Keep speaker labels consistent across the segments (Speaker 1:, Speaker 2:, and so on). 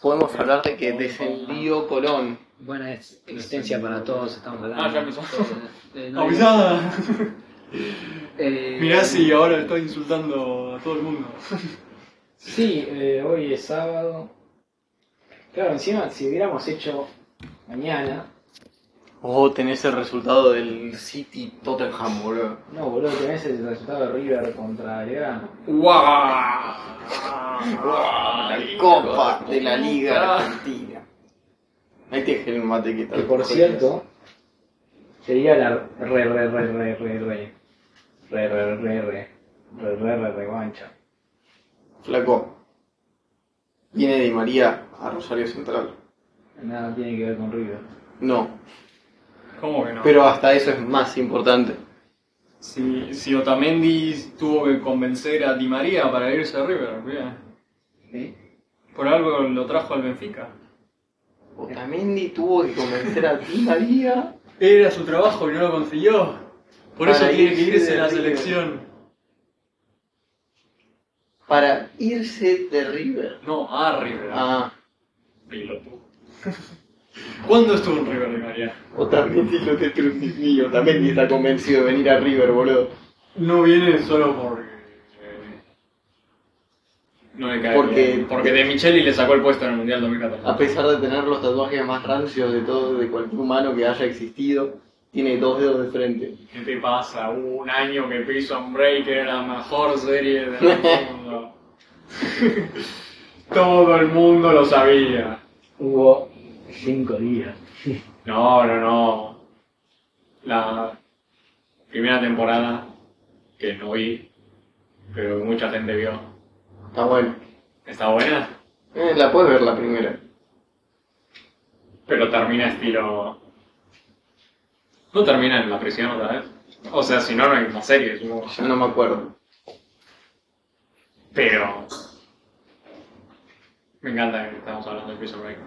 Speaker 1: podemos hablar de que descendió Colón.
Speaker 2: Buena ex- existencia para todos, estamos hablando.
Speaker 3: Ah, ya empezó.
Speaker 2: Eh, no,
Speaker 3: ¡Avisada!
Speaker 2: eh,
Speaker 3: Mirá si ahora estoy insultando a todo el mundo.
Speaker 2: Sí, eh, hoy es sábado. Claro, encima, si hubiéramos hecho mañana,
Speaker 1: Oh, tenés el resultado del City Tottenham, boludo.
Speaker 2: no, boludo, tenés el resultado de River contra Legrano.
Speaker 1: La Copa Ah, de la Liga Argentina. Ahí te dejé el mate que
Speaker 2: Que
Speaker 1: tal.
Speaker 2: por cierto, sería la re re re re re re re re re re re re re revancha.
Speaker 1: Flaco. Viene Di María a Rosario Central.
Speaker 2: Nada tiene que ver con River.
Speaker 1: No,
Speaker 3: ¿Cómo que no?
Speaker 1: pero hasta eso es más importante.
Speaker 3: Si, si Otamendi tuvo que convencer a Di María para irse a River, mirá.
Speaker 2: ¿Sí?
Speaker 3: por algo lo trajo al Benfica.
Speaker 1: Otamendi tuvo que convencer a Di María.
Speaker 3: Era su trabajo y no lo consiguió. Por eso
Speaker 1: Para
Speaker 3: tiene que
Speaker 1: irse
Speaker 3: irse
Speaker 1: de
Speaker 3: a la
Speaker 1: River.
Speaker 3: selección.
Speaker 1: para irse de River.
Speaker 3: No, a River.
Speaker 1: Ah,
Speaker 3: Piloto. ¿Cuándo estuvo en River de María?
Speaker 1: Otamendi lo que es mío. Otamendi está convencido de venir a River, boludo.
Speaker 3: No viene solo por. No le cae
Speaker 1: Porque-
Speaker 3: bien. Porque de Micheli le sacó el puesto en el Mundial 2014.
Speaker 1: A pesar de tener los tatuajes más rancios de todo, de cualquier humano que haya existido, tiene dos dedos de frente.
Speaker 3: ¿Qué te pasa? Hubo un año que Prison Break era la mejor serie del mundo. Todo el mundo lo sabía.
Speaker 2: Hubo cinco días.
Speaker 3: No, no, no. La primera temporada que no vi, pero que mucha gente vio.
Speaker 1: Está bueno.
Speaker 3: Está buena,
Speaker 1: Eh, la puedes ver la primera.
Speaker 3: pero termina estilo. No termina en la prisión otra vez. O sea, si no, no hay más series. ¿no?
Speaker 1: Ya no me acuerdo.
Speaker 3: Pero. Me encanta que estamos hablando de Prison Break.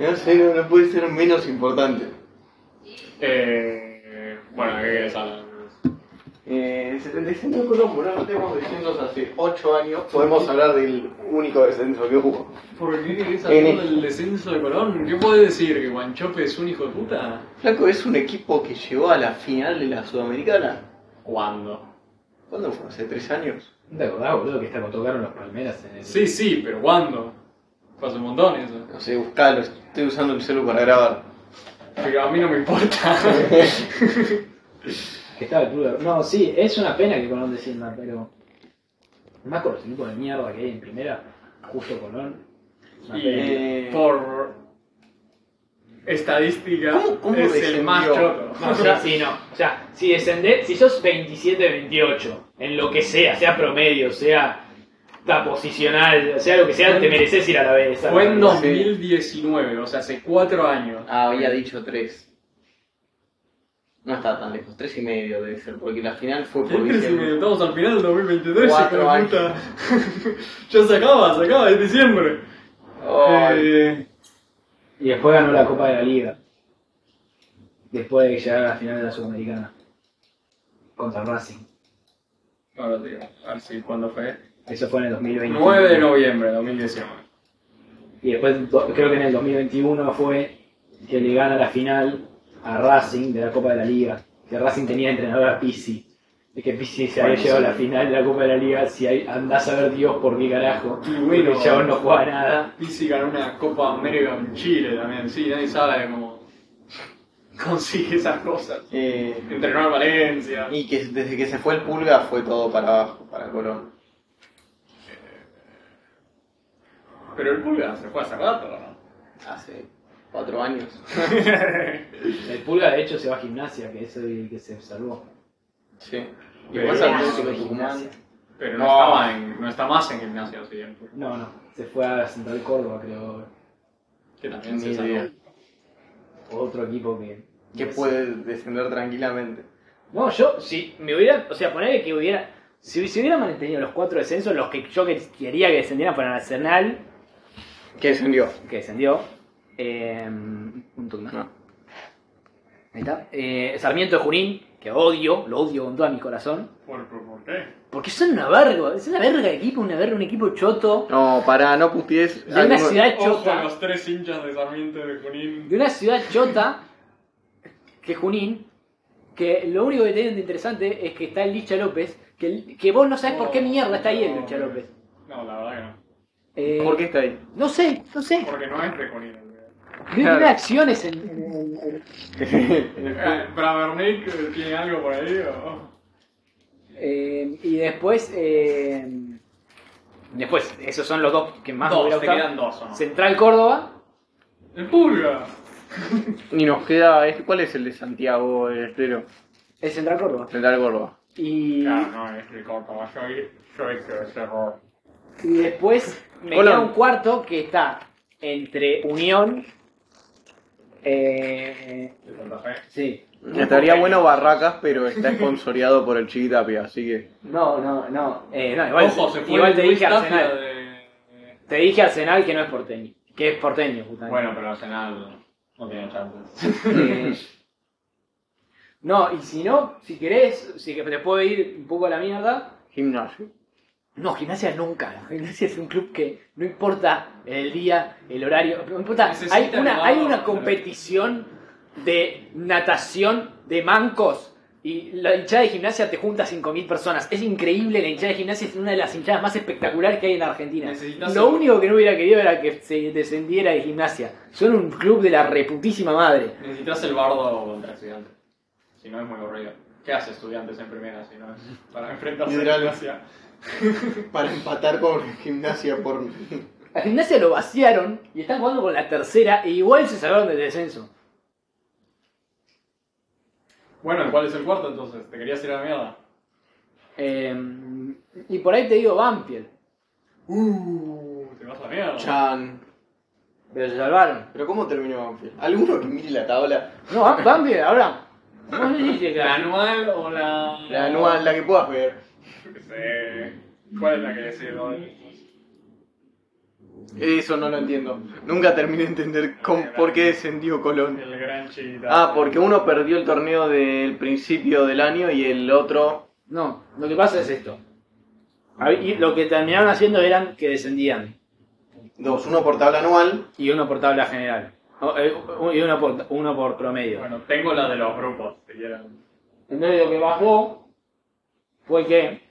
Speaker 1: En serio, no puede ser menos importante.
Speaker 3: Eh, bueno, ¿qué querés hablar?
Speaker 1: Eh, 75 Colón, boludo, no tenemos descensos hace 8 años. Podemos hablar del único descenso que hubo.
Speaker 3: ¿Por qué querés
Speaker 1: hablar En-
Speaker 3: del descenso de Colón? ¿Qué puedes decir? ¿Que Guanchope es un hijo de puta?
Speaker 1: Flaco es un equipo que llegó a la final de la Sudamericana.
Speaker 3: ¿Cuándo?
Speaker 1: ¿Cuándo fue? ¿Hace tres años?
Speaker 2: ¿No te acordás, boludo, que esta tocaron los palmeras en el.
Speaker 3: Sí, sí, pero ¿cuándo? Fue hace un montón eso.
Speaker 1: No sé, buscalo, estoy usando el celu para grabar.
Speaker 3: Pero a mí no me importa.
Speaker 2: Que estaba el club de- No, sí, es una pena que Colón descienda, pero. Más con los equipos de mierda que hay en primera, justo Colón. es una
Speaker 3: y
Speaker 2: pena.
Speaker 1: Eh.
Speaker 3: por estadística
Speaker 1: ¿Cómo- cómo
Speaker 3: es el
Speaker 1: descendió?
Speaker 3: más choto.
Speaker 2: No, sí, sí, no. O sea, si descendés, si sos 27-28, en lo que sea, sea promedio, sea ta- posicional, sea lo que sea, te mereces ir a la vez.
Speaker 3: Fue en
Speaker 1: no.
Speaker 3: 2019, o sea, hace cuatro años.
Speaker 1: Ah, había dicho tres. No está tan lejos, tres y medio debe ser, porque la final fue por
Speaker 3: Siempre si
Speaker 2: Eh.
Speaker 1: diciembre.
Speaker 3: estamos al final del 2023,
Speaker 1: Cuatro
Speaker 3: hijo de
Speaker 1: años.
Speaker 3: puta. ya se acaba, se acaba, es diciembre.
Speaker 1: Ay,
Speaker 3: Eh,
Speaker 2: Y después ganó la Copa de la Liga. Después de llegar a la final de la Sudamericana. Contra Racing.
Speaker 3: ahora te digo, a ver si cuándo fue.
Speaker 2: Eso fue en el 2020.
Speaker 3: 9 de noviembre de 2019.
Speaker 2: Y después do- creo que en el 2021 fue que le gana la final a Racing de la Copa de la Liga. Que Racing tenía entrenador a Pisi. Y que Pisi se había
Speaker 1: Bueno,
Speaker 2: llevado
Speaker 1: sí.
Speaker 2: a la final de la Copa de la Liga. Si hay- andás a ver Dios por qué carajo.
Speaker 3: Y bueno.
Speaker 2: Porque el chabón no jugaba nada.
Speaker 3: Pizzi ganó una Copa América en Chile también, sí, nadie sabe cómo consigue esas cosas.
Speaker 1: eh,
Speaker 3: Entrenó en Valencia.
Speaker 1: y que desde que se fue el Pulga fue todo para abajo, para Colón.
Speaker 3: Pero el Pulga se fue hace rato, ¿no?
Speaker 1: Hace cuatro años.
Speaker 2: El Pulga de hecho se va a gimnasia, que es el que se salvó.
Speaker 1: Sí. Y
Speaker 3: Pero
Speaker 1: vos
Speaker 3: era
Speaker 1: al
Speaker 2: sobre
Speaker 1: Atlético Tucumán.
Speaker 2: gimnasia.
Speaker 3: Pero no,
Speaker 1: No.
Speaker 3: estaba en- no está más en gimnasio, sí, el Pulga,
Speaker 2: No, no. Se fue a Central Córdoba, creo.
Speaker 3: que también
Speaker 1: Ni
Speaker 3: se sacó.
Speaker 1: idea.
Speaker 2: Otro equipo que.
Speaker 1: Que
Speaker 2: no sé.
Speaker 1: puede descender tranquilamente.
Speaker 2: No, yo, si me hubiera, o sea, ponerle que hubiera, si se hubieran mantenido los cuatro descensos, los que yo que- quería que descendieran fueran Arsenal,
Speaker 1: ¿Qué descendió?
Speaker 2: em, que descendió, eh, un turno.
Speaker 1: No.
Speaker 2: Ahí está. Eh, Sarmiento de Junín, que odio, lo odio con todo mi corazón.
Speaker 3: ¿Por, por, por qué?
Speaker 2: Porque son una verga, es una verga de equipo, una verga, un equipo choto.
Speaker 1: No, pará, no putees.
Speaker 2: De una ciudad
Speaker 3: Ojo a
Speaker 2: chota.
Speaker 3: los tres hinchas de Sarmiento de Junín.
Speaker 2: De una ciudad chota, que es Junín, que lo único que tienen de interesante es que está el Licha López, que, el- que vos no sabés por qué mierda está ahí el Licha López.
Speaker 3: Oh, No, la verdad que no.
Speaker 2: Eh,
Speaker 1: ¿Por qué está ahí?
Speaker 2: No sé, no sé.
Speaker 3: Porque no es de Junín. en realidad.
Speaker 2: No tiene
Speaker 1: Claro.
Speaker 2: acciones en- en- en- en- Ah.
Speaker 3: Eh, ¿Bravernick eh, tiene algo por ahí o...?
Speaker 2: Eh, y después, eh, después, esos son los dos que más me hubiera
Speaker 3: te
Speaker 2: gustado.
Speaker 3: quedan dos, ¿o no?
Speaker 2: Central Córdoba,
Speaker 3: ¡El Pulga!
Speaker 1: Y nos queda. este, ¿Cuál es el de Santiago, el estero?
Speaker 2: el Central Córdoba.
Speaker 1: Central Gordo.
Speaker 2: Y,
Speaker 3: Claro, no, es el Córdoba. Yo, yo hice ese error.
Speaker 2: y después me
Speaker 1: Colón.
Speaker 2: queda un cuarto que está entre Unión. eh,
Speaker 3: ¿De Santa Fe?
Speaker 2: sí.
Speaker 1: Estaría bueno Barracas, pero está esponsoreado por el Chiquitapia, así que.
Speaker 2: No, no, no. eh, no, igual,
Speaker 3: Ojo, se fue
Speaker 2: igual te
Speaker 3: Luis
Speaker 2: dije
Speaker 3: Tapia
Speaker 2: Arsenal.
Speaker 3: de-
Speaker 2: Te dije Arsenal que no es porteño. Que es porteño, justamente.
Speaker 3: Bueno, pero Arsenal no tiene chances.
Speaker 2: Eh, no, y si no, si querés, si que te puedo ir un poco a la mierda.
Speaker 1: Gimnasio.
Speaker 2: No, gimnasia nunca. Gimnasia es un club que no importa el día, el horario, no importa. Hay
Speaker 3: Necesitan
Speaker 2: una,
Speaker 3: ganar.
Speaker 2: hay una competición de natación de mancos y la hinchada de gimnasia te junta 5.000 personas. Es increíble, la hinchada de gimnasia es una de las hinchadas más espectaculares que hay en la Argentina.
Speaker 3: Necesitas-
Speaker 2: Lo único que no hubiera querido era que se descendiera de gimnasia. Son un club de la reputísima madre.
Speaker 3: Necesitas el bardo contra estudiantes. Si no es muy aburrido. ¿Qué hace estudiantes en primera si no es para enfrentarse a
Speaker 1: Literal.
Speaker 3: Gimnasia?
Speaker 1: Para empatar con gimnasia por.
Speaker 2: A gimnasia lo vaciaron y están jugando con la tercera e igual se salvaron del descenso.
Speaker 3: Bueno, ¿cuál es el cuarto entonces? ¿Te querías ir a la mierda?
Speaker 2: Eh, y por ahí te digo Banfield.
Speaker 3: Uh, te vas a la mierda.
Speaker 1: Chan.
Speaker 2: Pero se salvaron.
Speaker 1: ¿Pero cómo terminó Banfield? ¿Alguno que mire la tabla?
Speaker 2: No, Ban- Banfield ahora. No sé si se
Speaker 3: ¿La
Speaker 2: quedan.
Speaker 3: anual o la.?
Speaker 1: La anual, la que puedas ver.
Speaker 3: Yo qué sé. ¿Cuál es la que decís? no?
Speaker 1: Eso no lo entiendo. Nunca terminé de entender cómo- por qué descendió Colón.
Speaker 3: El gran chiquita.
Speaker 1: Ah, porque uno perdió el torneo del principio del año y el otro.
Speaker 2: No, lo que pasa es esto. A ver, Y lo que terminaron haciendo eran que descendían.
Speaker 1: Dos, uno por tabla anual.
Speaker 2: Y uno por tabla general. O, eh, u- Y uno por, uno por promedio.
Speaker 3: Bueno, tengo la de los grupos, si quieren.
Speaker 2: Entonces lo que bajó fue que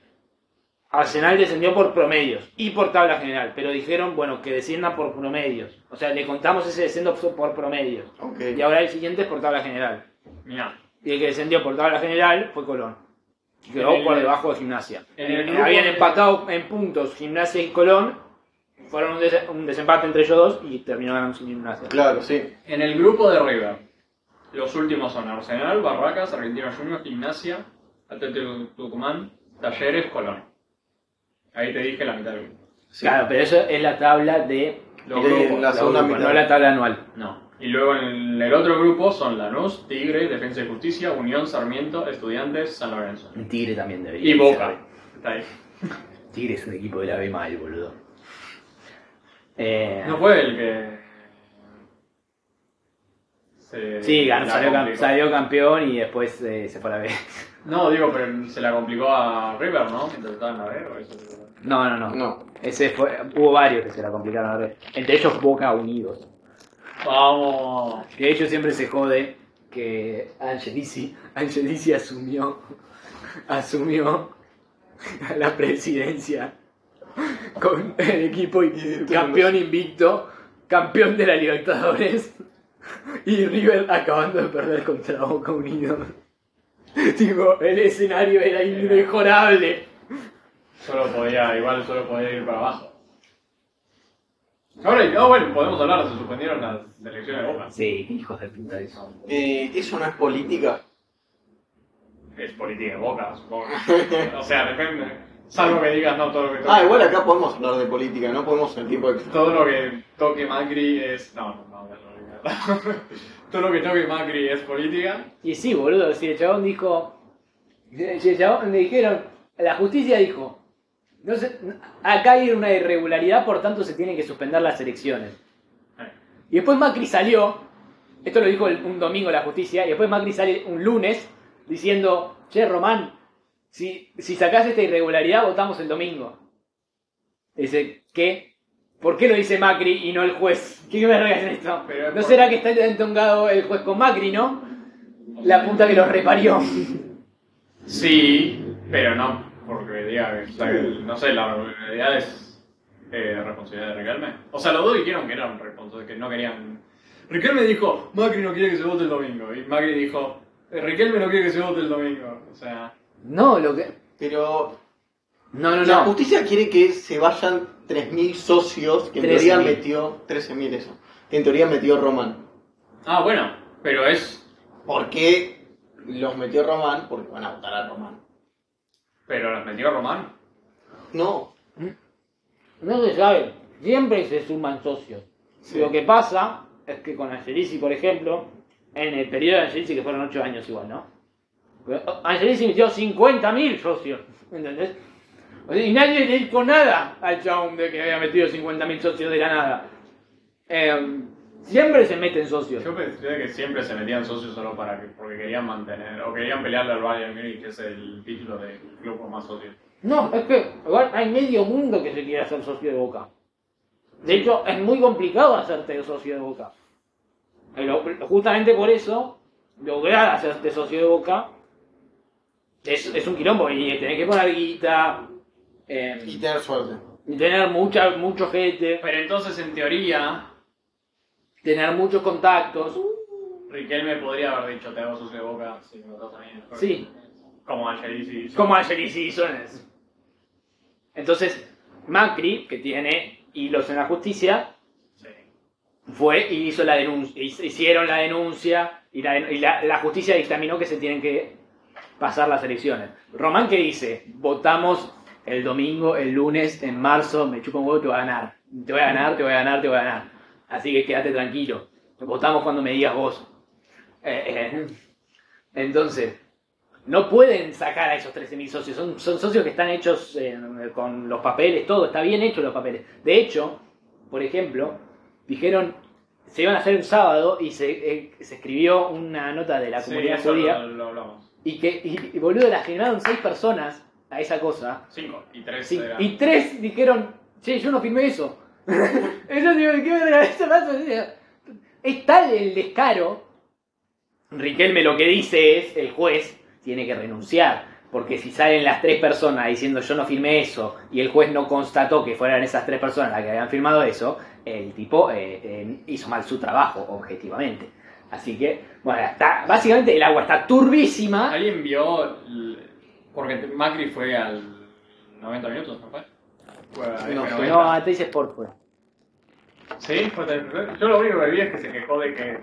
Speaker 2: Arsenal descendió por promedios y por tabla general, pero dijeron, bueno, que desciendan por promedios. O sea, le contamos ese descenso por promedios.
Speaker 1: Ok.
Speaker 2: Y ahora el siguiente es por tabla general.
Speaker 3: Mira,
Speaker 2: Y el que descendió por tabla general fue Colón. Y quedó
Speaker 3: En el-
Speaker 2: por debajo de Gimnasia.
Speaker 3: en el
Speaker 2: Eh,
Speaker 3: grupo-
Speaker 2: Habían empatado en puntos Gimnasia y Colón. Fueron un, des- un desempate entre ellos dos y terminó ganando Gimnasia.
Speaker 1: Claro, sí.
Speaker 3: en el grupo de River, los últimos son Arsenal, Barracas, Argentino Juniors, Gimnasia, Atlético Tucumán, Talleres, Colón. Ahí te dije la mitad del grupo.
Speaker 1: sí.
Speaker 2: Claro, pero eso es la tabla de
Speaker 3: Los
Speaker 1: Eh,
Speaker 3: grupos.
Speaker 1: la-
Speaker 2: los
Speaker 1: segunda
Speaker 2: grupos,
Speaker 1: mitad.
Speaker 2: no la tabla anual.
Speaker 3: No. Y luego en el otro grupo son Lanús, Tigre, Defensa y Justicia, Unión, Sarmiento, Estudiantes, San Lorenzo.
Speaker 2: Un Tigre también debería.
Speaker 3: Y
Speaker 2: ser,
Speaker 3: Boca. Está ahí.
Speaker 2: güey. Tigre es un equipo de la B mal, boludo. Eh,
Speaker 3: No fue el que. se-
Speaker 2: sí, ganó,
Speaker 3: la
Speaker 2: salió, cam-
Speaker 3: complicó.
Speaker 2: salió campeón y después eh, se fue a la B.
Speaker 3: No, digo, pero se la complicó a River, ¿no? Mientras estaba en la B, o eso.
Speaker 2: No, no, no.
Speaker 1: No.
Speaker 2: Ese fue, hubo varios que se la complicaron a la B. Entre ellos Boca Unidos.
Speaker 3: Vamos.
Speaker 2: De hecho siempre se jode que Angelici, Angelici asumió, asumió la presidencia con el equipo y- campeón invicto, campeón de la Libertadores y River acabando de perder contra Boca Unidos. Tipo, el escenario era inmejorable.
Speaker 3: Solo podía, igual solo podía ir para abajo. Ahora, no, bueno, podemos hablar, se suspendieron las elecciones de Boca.
Speaker 2: Sí, hijos de puta que son.
Speaker 1: Eh, ¿Eso no es política?
Speaker 3: Es política de Boca, supongo. o sea, depende. Salvo que digas no todo lo que toque.
Speaker 1: Ah, igual acá podemos hablar de política, no podemos el tiempo extra.
Speaker 3: Todo lo que toque Macri es. No, no, no, no, no, no. Todo lo que toque Macri es política.
Speaker 2: Y sí, boludo, si el chabón dijo. Si el chabón le dijeron. La justicia dijo. No sé, acá hay una irregularidad, por tanto se tienen que suspender las elecciones.
Speaker 3: Eh,
Speaker 2: Y después Macri salió. Esto lo dijo el- un domingo la justicia. Y después Macri sale un lunes diciendo, che, Román, si, si sacás esta irregularidad, votamos el domingo. Dice, ¿qué? ¿Por qué lo dice Macri y no el juez? ¿Qué verga es esto?
Speaker 3: Pero es
Speaker 2: ¿No
Speaker 3: por-
Speaker 2: será que está entongado el juez con Macri, no? La puta que los reparió.
Speaker 3: Sí, pero no, porque diga, o sea, el- no sé, la realidad es eh, responsabilidad de Riquelme. O sea, los dos dijeron que eran responsables, que no querían... Riquelme dijo, Macri no quiere que se vote el domingo, y Macri dijo, "Eh, Riquelme no quiere que se vote el domingo, o sea...
Speaker 2: No, lo que...
Speaker 1: Pero
Speaker 2: No, no,
Speaker 1: la
Speaker 2: no.
Speaker 1: justicia quiere que se vayan 3.000 socios que en
Speaker 2: 13.000.
Speaker 1: teoría metió... 13.000 eso. Que en teoría metió Román.
Speaker 3: Ah, bueno, pero es...
Speaker 1: ¿Por qué los metió Román? Porque van a votar a Román.
Speaker 3: Pero las metió Román.
Speaker 1: No.
Speaker 2: No se sabe. Siempre se suman socios.
Speaker 1: Sí.
Speaker 2: Lo que pasa es que con Angelici, por ejemplo, en el periodo de Angelici, que fueron 8 años igual, ¿no? Pero, oh, Angelici metió 50.000 socios, ¿entendés? O sea, y nadie le dijo nada al chabón de que había metido 50.000 socios de la nada. Eh, siempre se meten socios.
Speaker 3: Yo pensé que siempre se metían socios solo para que, porque querían mantener, o querían pelearle al Bayern Múnich, que es el título de club con más socios.
Speaker 2: No, es que igual hay medio mundo que se quiere hacer socio de Boca. De hecho, es muy complicado hacerte socio de Boca. Eh, lo- Justamente por eso, lograr hacerte socio de Boca es, es un quilombo y tenés que poner guita eh,
Speaker 1: Y tener suerte.
Speaker 2: y tener mucha, mucho gente,
Speaker 3: Pero entonces, en teoría,
Speaker 2: tener muchos contactos.
Speaker 3: Riquelme podría haber dicho, te hago socio de Boca, si me votas a mí.
Speaker 2: Sí.
Speaker 3: Como Angelici hizo.
Speaker 2: como ayer sí hizo en eso. Entonces, Macri, que tiene hilos en la justicia,
Speaker 3: Sí.
Speaker 2: fue y hizo la denuncia, hicieron la denuncia y, la, y la- la justicia dictaminó que se tienen que pasar las elecciones. Román que dice, votamos el domingo, el lunes, en marzo, me chupa un huevo, te voy a ganar, te voy a ganar, te voy a ganar, te voy a ganar. Así que quédate tranquilo, votamos cuando me digas vos. Eh, eh, Entonces, no pueden sacar a esos 13.000 socios, son, son socios que están hechos eh, con los papeles, todo, está bien hecho los papeles. De hecho, por ejemplo, dijeron, se iban a hacer un sábado y se, eh, se escribió una nota de la
Speaker 3: Sí,
Speaker 2: comunidad
Speaker 3: eso
Speaker 2: judía.
Speaker 3: lo, lo hablamos.
Speaker 2: Y que, y, y, boludo, la firmaron seis personas a esa cosa.
Speaker 3: Cinco y tres
Speaker 2: Sí,
Speaker 3: eran-
Speaker 2: y tres dijeron, che, yo no firmé eso. eso digo, ¿qué verga? Eso no hace- Es tal el descaro. Riquelme lo que dice es, el juez tiene que renunciar. Porque si salen las tres personas diciendo yo no firmé eso y el juez no constató que fueran esas tres personas las que habían firmado eso, el tipo eh, eh, hizo mal su trabajo, objetivamente. Así que, bueno, está, básicamente el agua está turbísima.
Speaker 3: ¿Alguien vio? el- Porque Macri fue al 90 minutos, ¿no fue? Fue a- fue
Speaker 2: No,
Speaker 3: 90.
Speaker 2: no, a Teis Sport fue.
Speaker 3: Sí, fue terrible. Yo lo único que vi es que se quejó de que.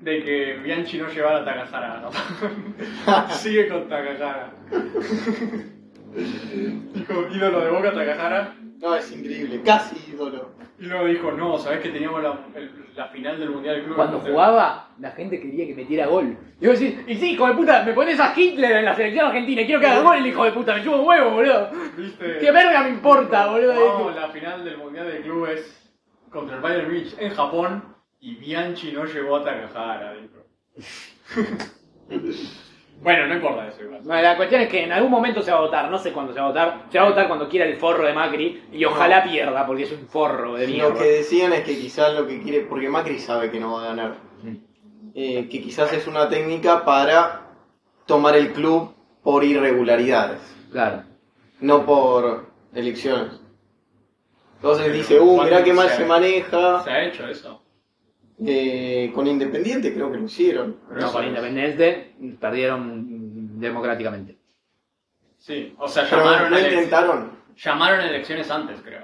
Speaker 3: de que Bianchi no llevara a Takahara. ¿no? Sigue con Takahara. dijo, ídolo de boca Takahara.
Speaker 1: No, es increíble. Casi ídolo.
Speaker 3: Y luego dijo, no, sabés que teníamos la, el- la final del Mundial del Club.
Speaker 2: Cuando jugaba, la gente quería que metiera gol. Y vos decís, y sí, hijo de puta, me pones a Hitler en la selección argentina y quiero que haga gol el hijo de puta, me chupo un huevo, boludo.
Speaker 3: ¿Viste?
Speaker 2: ¿Qué verga me importa, boludo?
Speaker 3: No, la final del Mundial de Clubes contra el Bayern Munich en Japón y Bianchi no llegó a Takahara, dijo. bueno, no importa eso igual.
Speaker 2: Bueno, la cuestión es que en algún momento se va a votar, no sé cuándo se va a votar. Se va a votar cuando quiera el forro de Macri y ojalá pierda porque es un forro de mierda.
Speaker 1: Lo que decían es que quizás lo que quiere, porque Macri sabe que no va a ganar, eh, que quizás es una técnica para tomar el club por irregularidades,
Speaker 2: Claro.
Speaker 1: no por elecciones. Entonces dice, uh, mirá qué mal se maneja.
Speaker 3: Se ha hecho eso.
Speaker 1: Eh, con Independiente creo que lo hicieron.
Speaker 3: Pero
Speaker 2: No,
Speaker 3: eso
Speaker 2: con
Speaker 3: es-
Speaker 2: Independiente perdieron mm, democráticamente.
Speaker 3: Sí, o sea,
Speaker 1: Pero
Speaker 3: llamaron,
Speaker 1: no
Speaker 3: a elec-
Speaker 1: intentaron.
Speaker 3: llamaron a elecciones antes, creo.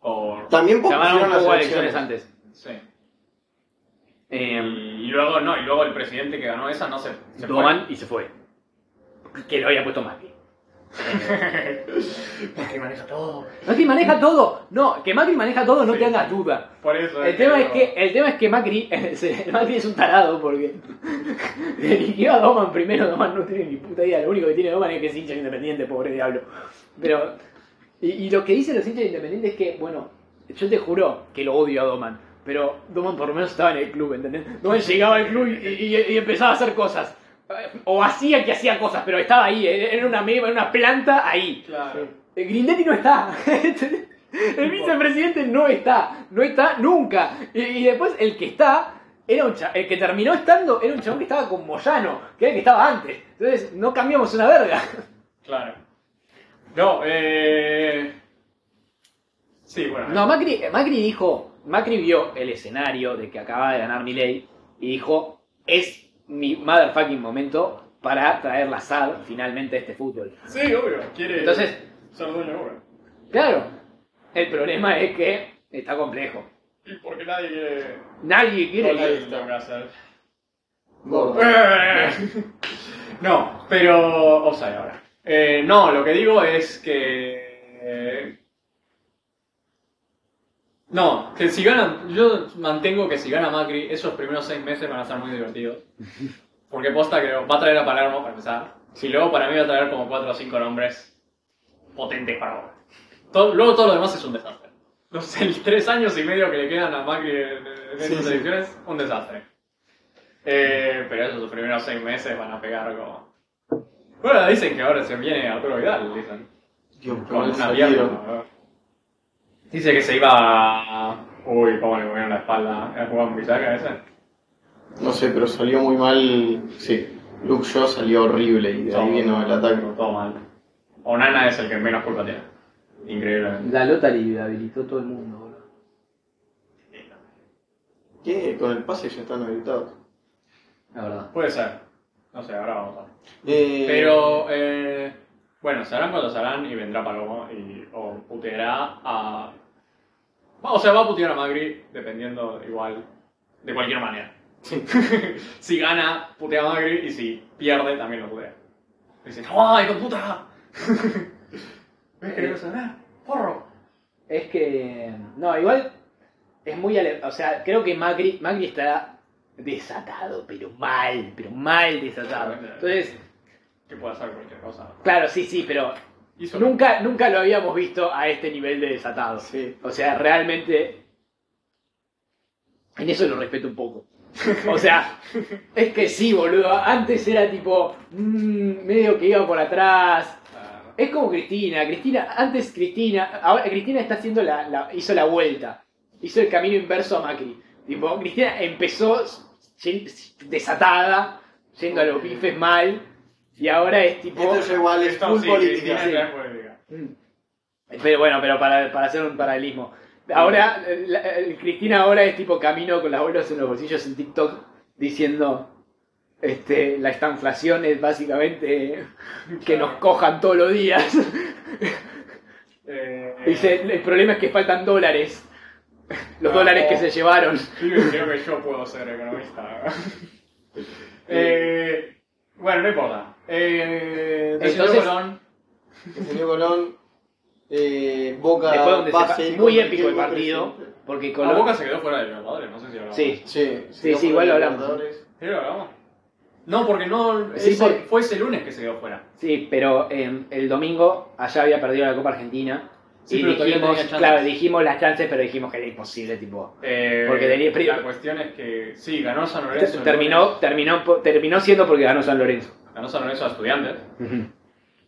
Speaker 3: Por...
Speaker 1: También
Speaker 2: Llamaron
Speaker 1: pusieron
Speaker 2: un
Speaker 1: las
Speaker 2: poco a
Speaker 1: elecciones.
Speaker 2: elecciones antes.
Speaker 3: Sí.
Speaker 2: Eh,
Speaker 3: Y luego, no, y luego el presidente que ganó esa no se, Mm, se fue.
Speaker 2: Doman y se fue. Que lo había puesto Macri.
Speaker 3: Porque maneja todo.
Speaker 2: Macri maneja todo. No, que Macri maneja todo, no
Speaker 3: Sí.
Speaker 2: te hagas duda.
Speaker 3: Por eso
Speaker 2: El tema es
Speaker 3: digo-
Speaker 2: que, el tema es que Macri, se- Macri es un tarado porque eligió a Doman primero, Doman no tiene ni puta idea, lo único que tiene Doman es que es hincha de independiente, pobre diablo. Pero, y, y lo que dicen los hinchas de independiente es que, bueno, yo te juro que lo odio a Doman, Pero Doman por lo menos estaba en el club, ¿entendés? Doman llegaba al club y, y- y empezaba a hacer cosas. Eh, O hacía que hacía cosas, pero estaba ahí, eh, era una, meba, era una planta ahí.
Speaker 3: Claro.
Speaker 2: El Grindetti Eh, no está. el vicepresidente no está. No está nunca. Y, y después el que está, era un cha- el que terminó estando, era un chabón que estaba con Moyano, que era el que estaba antes. Entonces no cambiamos una verga.
Speaker 3: Claro. No, eh. Sí, bueno.
Speaker 2: No, Macri, Macri dijo, Macri vio el escenario de que acaba de ganar Milei y dijo, es mi motherfucking momento para traer la SAD finalmente a este fútbol.
Speaker 3: Sí, obvio. Quiere
Speaker 2: Entonces,
Speaker 3: ser dueño de Boca.
Speaker 2: claro, el problema es que está complejo.
Speaker 3: Y porque nadie quiere.
Speaker 2: Nadie quiere...
Speaker 3: no, nadie tengo que hacer.
Speaker 1: Gordo.
Speaker 2: Eh.
Speaker 3: No, pero. O sea, ahora. Eh, no, lo que digo es que. eh, No, que si ganan. Yo mantengo que si gana Macri, esos primeros seis meses van a ser muy divertidos. Porque posta que va a traer a Palermo para empezar. Y luego para mí va a traer como cuatro o cinco nombres potentes para ahora. Todo- luego todo lo demás es un desastre. Los el tres años y medio que le quedan a Macri en, en
Speaker 1: Sí,
Speaker 3: estas
Speaker 1: sí.
Speaker 3: elecciones, un desastre. Eh, pero esos primeros seis meses van a pegar como. Bueno, dicen que ahora se viene Arturo Vidal, dicen.
Speaker 1: Dios, pero
Speaker 3: Con
Speaker 1: no
Speaker 3: una
Speaker 1: salieron.
Speaker 3: pierna. Dice que se iba a. Uy, cómo le movieron la espalda. ¿Era Juan Bisaca ese?
Speaker 1: No sé, pero salió muy mal. Sí. Luke Shaw salió horrible y de ahí vino el ataque.
Speaker 3: Todo mal. Onana es el que menos culpa tiene. Increíblemente.
Speaker 2: La Lota le habilitó todo el mundo, boludo.
Speaker 1: ¿Qué? Con el pase ya están habilitados.
Speaker 2: La verdad.
Speaker 3: Puede ser. No sé, ahora vamos a ver.
Speaker 1: Eh,
Speaker 3: Pero, eh, bueno, se harán cuando se harán y vendrá Palomo y, o puteará a... O sea, va a putear a Magri, dependiendo igual, de cualquier manera.
Speaker 1: Sí.
Speaker 3: si gana, putea a Magri y si pierde, también lo putea. Dice, ¡ah, hijo de puta! Eh. ¿Ves que no ganar? ¡Porro!
Speaker 2: Es que. No, igual. Es muy. ale- O sea, creo que Macri, Macri está desatado, pero mal, pero mal desatado. Entonces,
Speaker 3: Que puede hacer cualquier cosa.
Speaker 2: claro, sí, sí, pero
Speaker 3: Hizo
Speaker 2: nunca, nunca lo habíamos visto a este nivel de desatado.
Speaker 1: Sí.
Speaker 2: O sea, realmente. En eso lo respeto un poco. O sea, es que sí, boludo. Antes era tipo. mm, medio que iba por atrás.
Speaker 3: Ah,
Speaker 2: Es como Cristina, Cristina, antes Cristina, ahora Cristina está haciendo la, la- hizo la vuelta, hizo el camino inverso a Macri. Tipo, Cristina empezó llen- desatada, yendo a los bifes mal, y ahora es tipo.
Speaker 1: Esto ya igual es
Speaker 3: Esto
Speaker 1: full
Speaker 3: sí,
Speaker 1: política.
Speaker 3: Cristina
Speaker 2: sí.
Speaker 3: es política.
Speaker 2: Mm. Pero bueno, pero para, para hacer un paralelismo. Ahora, eh, la- eh, Cristina ahora es tipo camino con las bolas en los bolsillos en TikTok diciendo este, la estanflación es básicamente que nos cojan todos los días.
Speaker 3: Eh,
Speaker 2: Dice, el problema es que faltan dólares. Los
Speaker 3: No.
Speaker 2: dólares que se llevaron.
Speaker 3: Creo creo que yo puedo ser economista. eh, bueno, no importa. Eh, decidió
Speaker 2: Entonces-
Speaker 3: Colón.
Speaker 1: Salió Colón. Eh, Boca.
Speaker 2: Después donde se
Speaker 1: va a
Speaker 2: pa-
Speaker 1: seguir
Speaker 2: muy
Speaker 1: con
Speaker 2: épico el
Speaker 1: Riquelme
Speaker 2: partido.
Speaker 1: presente.
Speaker 2: Porque
Speaker 3: La
Speaker 2: Colón...
Speaker 3: Ah, boca se quedó fuera de Libertadores, no sé si hablamos.
Speaker 2: Sí.
Speaker 1: Sí,
Speaker 2: Sí, sí, igual lo hablamos.
Speaker 1: Libertadores.
Speaker 3: ¿Sí lo hablamos? No, porque no.
Speaker 2: Sí,
Speaker 3: ese-
Speaker 2: porque-
Speaker 3: Fue ese lunes que se quedó fuera.
Speaker 2: Sí, pero eh, el domingo allá había perdido la Copa Argentina.
Speaker 3: Sí,
Speaker 2: y
Speaker 3: pero todavía
Speaker 2: dijimos,
Speaker 3: tenía chances.
Speaker 2: claro, dijimos las chances, pero dijimos que era imposible, tipo.
Speaker 3: Eh,
Speaker 2: Porque tenía pri-
Speaker 3: La cuestión es que sí, ganó San
Speaker 2: Te-
Speaker 3: Lorenzo. el
Speaker 2: Terminó, terminó, po- terminó siendo porque ganó San Lorenzo.
Speaker 3: lunes. Ganó San Lorenzo a Estudiantes.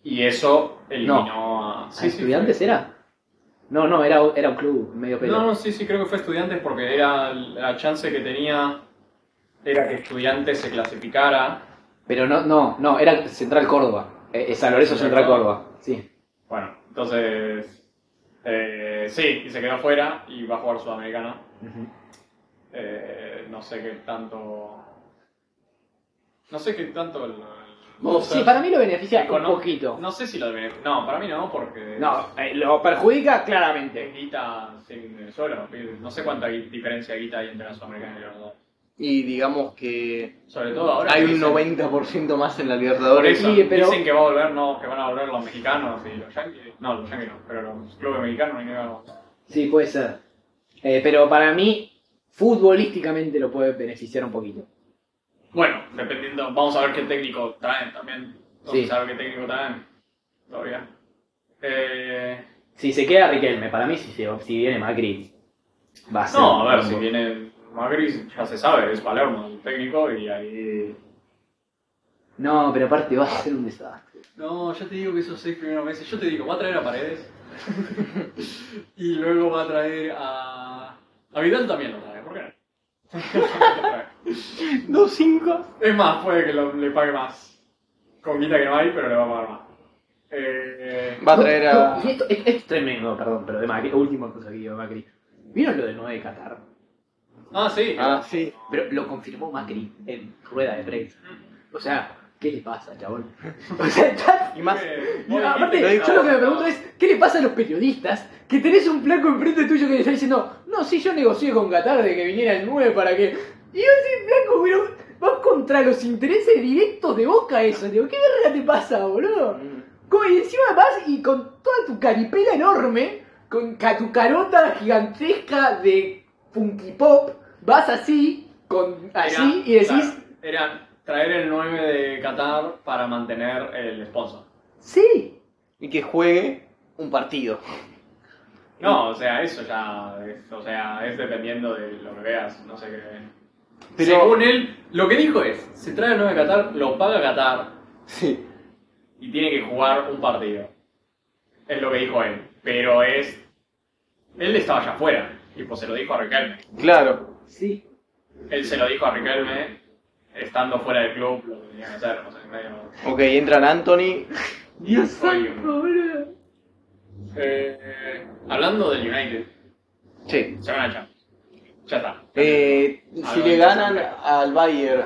Speaker 3: Y eso eliminó a.
Speaker 2: ¿A ¿Estudiantes era? No, no, era, era un club medio
Speaker 3: fue-
Speaker 2: pedo.
Speaker 3: No, no, sí, sí, creo que fue Estudiantes porque era la chance que tenía. Era que Estudiantes se clasificara.
Speaker 2: Pero no, no, no, era Central Córdoba. Eh, eh, San Lorenzo
Speaker 3: Central
Speaker 2: Central Córdoba. Sí.
Speaker 3: Bueno, entonces. eh, sí, y se quedó fuera y va a jugar Sudamericana. Eh, no sé qué tanto. No sé qué tanto. el-
Speaker 1: Vamos a
Speaker 2: Sí,
Speaker 1: ver.
Speaker 2: para mí lo beneficia un
Speaker 3: econo-
Speaker 2: poquito.
Speaker 3: No sé si lo de No, para mí no, porque.
Speaker 2: No, eh, lo perjudica
Speaker 3: Es
Speaker 2: claramente.
Speaker 3: guita sin Venezuela. No sé cuánta gui- diferencia de guita hay entre la Sudamericana y la verdad.
Speaker 1: Y digamos que
Speaker 3: Sobre todo ahora.
Speaker 1: hay
Speaker 3: que
Speaker 1: un
Speaker 3: dicen-
Speaker 1: 90% más en la
Speaker 3: Por
Speaker 1: Libertadores.
Speaker 3: eso,
Speaker 2: Sí, pero-
Speaker 3: dicen que va a volver, no, que van a volver los mexicanos y los yanquis. No, los yanquis no, pero los clubes mexicanos ni nada.
Speaker 2: Sí, puede ser. Eh, pero para mí, futbolísticamente lo puede beneficiar un poquito.
Speaker 3: Bueno, dependiendo, vamos a ver qué técnico traen también. Vamos
Speaker 2: Sí.
Speaker 3: a ver qué técnico traen. Todavía. Eh,
Speaker 2: Si se queda Riquelme, para mí si, se- si viene Macri, va a ser.
Speaker 3: No, a ver,
Speaker 2: un
Speaker 3: si
Speaker 2: bo-
Speaker 3: viene Magri, ya se sabe, es Palermo el técnico y ahí.
Speaker 2: No, pero aparte va a ser un desastre.
Speaker 3: No, yo te digo que esos seis primeros meses, yo te digo, va a traer a Paredes. y luego va a traer a. A Vidal también lo trae, ¿por qué no?
Speaker 1: Dos cinco.
Speaker 3: es más, puede que lo- le pague más. Con guita que no hay, pero le va a pagar más. Eh,
Speaker 1: Va a traer a.
Speaker 2: No, y esto, es, es tremendo, perdón, pero de Macri, última cosa que digo de Macri. ¿Vieron lo de 9 de Qatar?
Speaker 3: ah, sí.
Speaker 1: Ah, sí.
Speaker 2: Pero lo confirmó Macri en rueda de prensa. O sea, ¿qué le pasa, chabón? O sea, ya-
Speaker 1: Y más.
Speaker 3: Eh,
Speaker 2: No,
Speaker 3: vos dijiste-
Speaker 2: aparte, yo lo que me pregunto es, ¿qué le pasa a los periodistas que tenés un flaco enfrente tuyo que le está diciendo, no, si yo negocié con Qatar de que viniera el 9 para que... Y yo soy flaco, pero vas contra los intereses directos de Boca eso, digo, ¿qué verga te pasa, boludo? Como- y encima vas y con toda tu caripela enorme, con ca- tu carota gigantesca de funky pop, vas así, con
Speaker 3: Era-
Speaker 2: así, y decís,
Speaker 3: claro, era traer el 9 de Qatar para mantener el sponsor.
Speaker 2: sí,
Speaker 1: Y que juegue un partido.
Speaker 3: No, o sea, eso ya es, o sea, es dependiendo de lo que veas, no sé qué.
Speaker 1: Pero-
Speaker 3: Según él, lo que dijo es, se trae el 9 de Qatar, lo paga Qatar
Speaker 1: Sí.
Speaker 3: y tiene que jugar un partido. Es lo que dijo él. Pero es... Él estaba allá afuera. Y pues se lo dijo a Riquelme.
Speaker 1: Claro.
Speaker 2: sí.
Speaker 3: Él se lo dijo a Riquelme estando fuera del club, lo que tenía que hacer, o sea, medio...
Speaker 1: Ok, entran Anthony.
Speaker 2: Dios
Speaker 3: Oye.
Speaker 2: santo, boludo.
Speaker 3: Eh, eh, hablando del United,
Speaker 1: Sí.
Speaker 3: se van a Champions. Ya está.
Speaker 1: Eh,
Speaker 3: Ah,
Speaker 1: si
Speaker 3: no,
Speaker 1: le
Speaker 3: no,
Speaker 1: ganan
Speaker 3: no.
Speaker 1: al Bayern,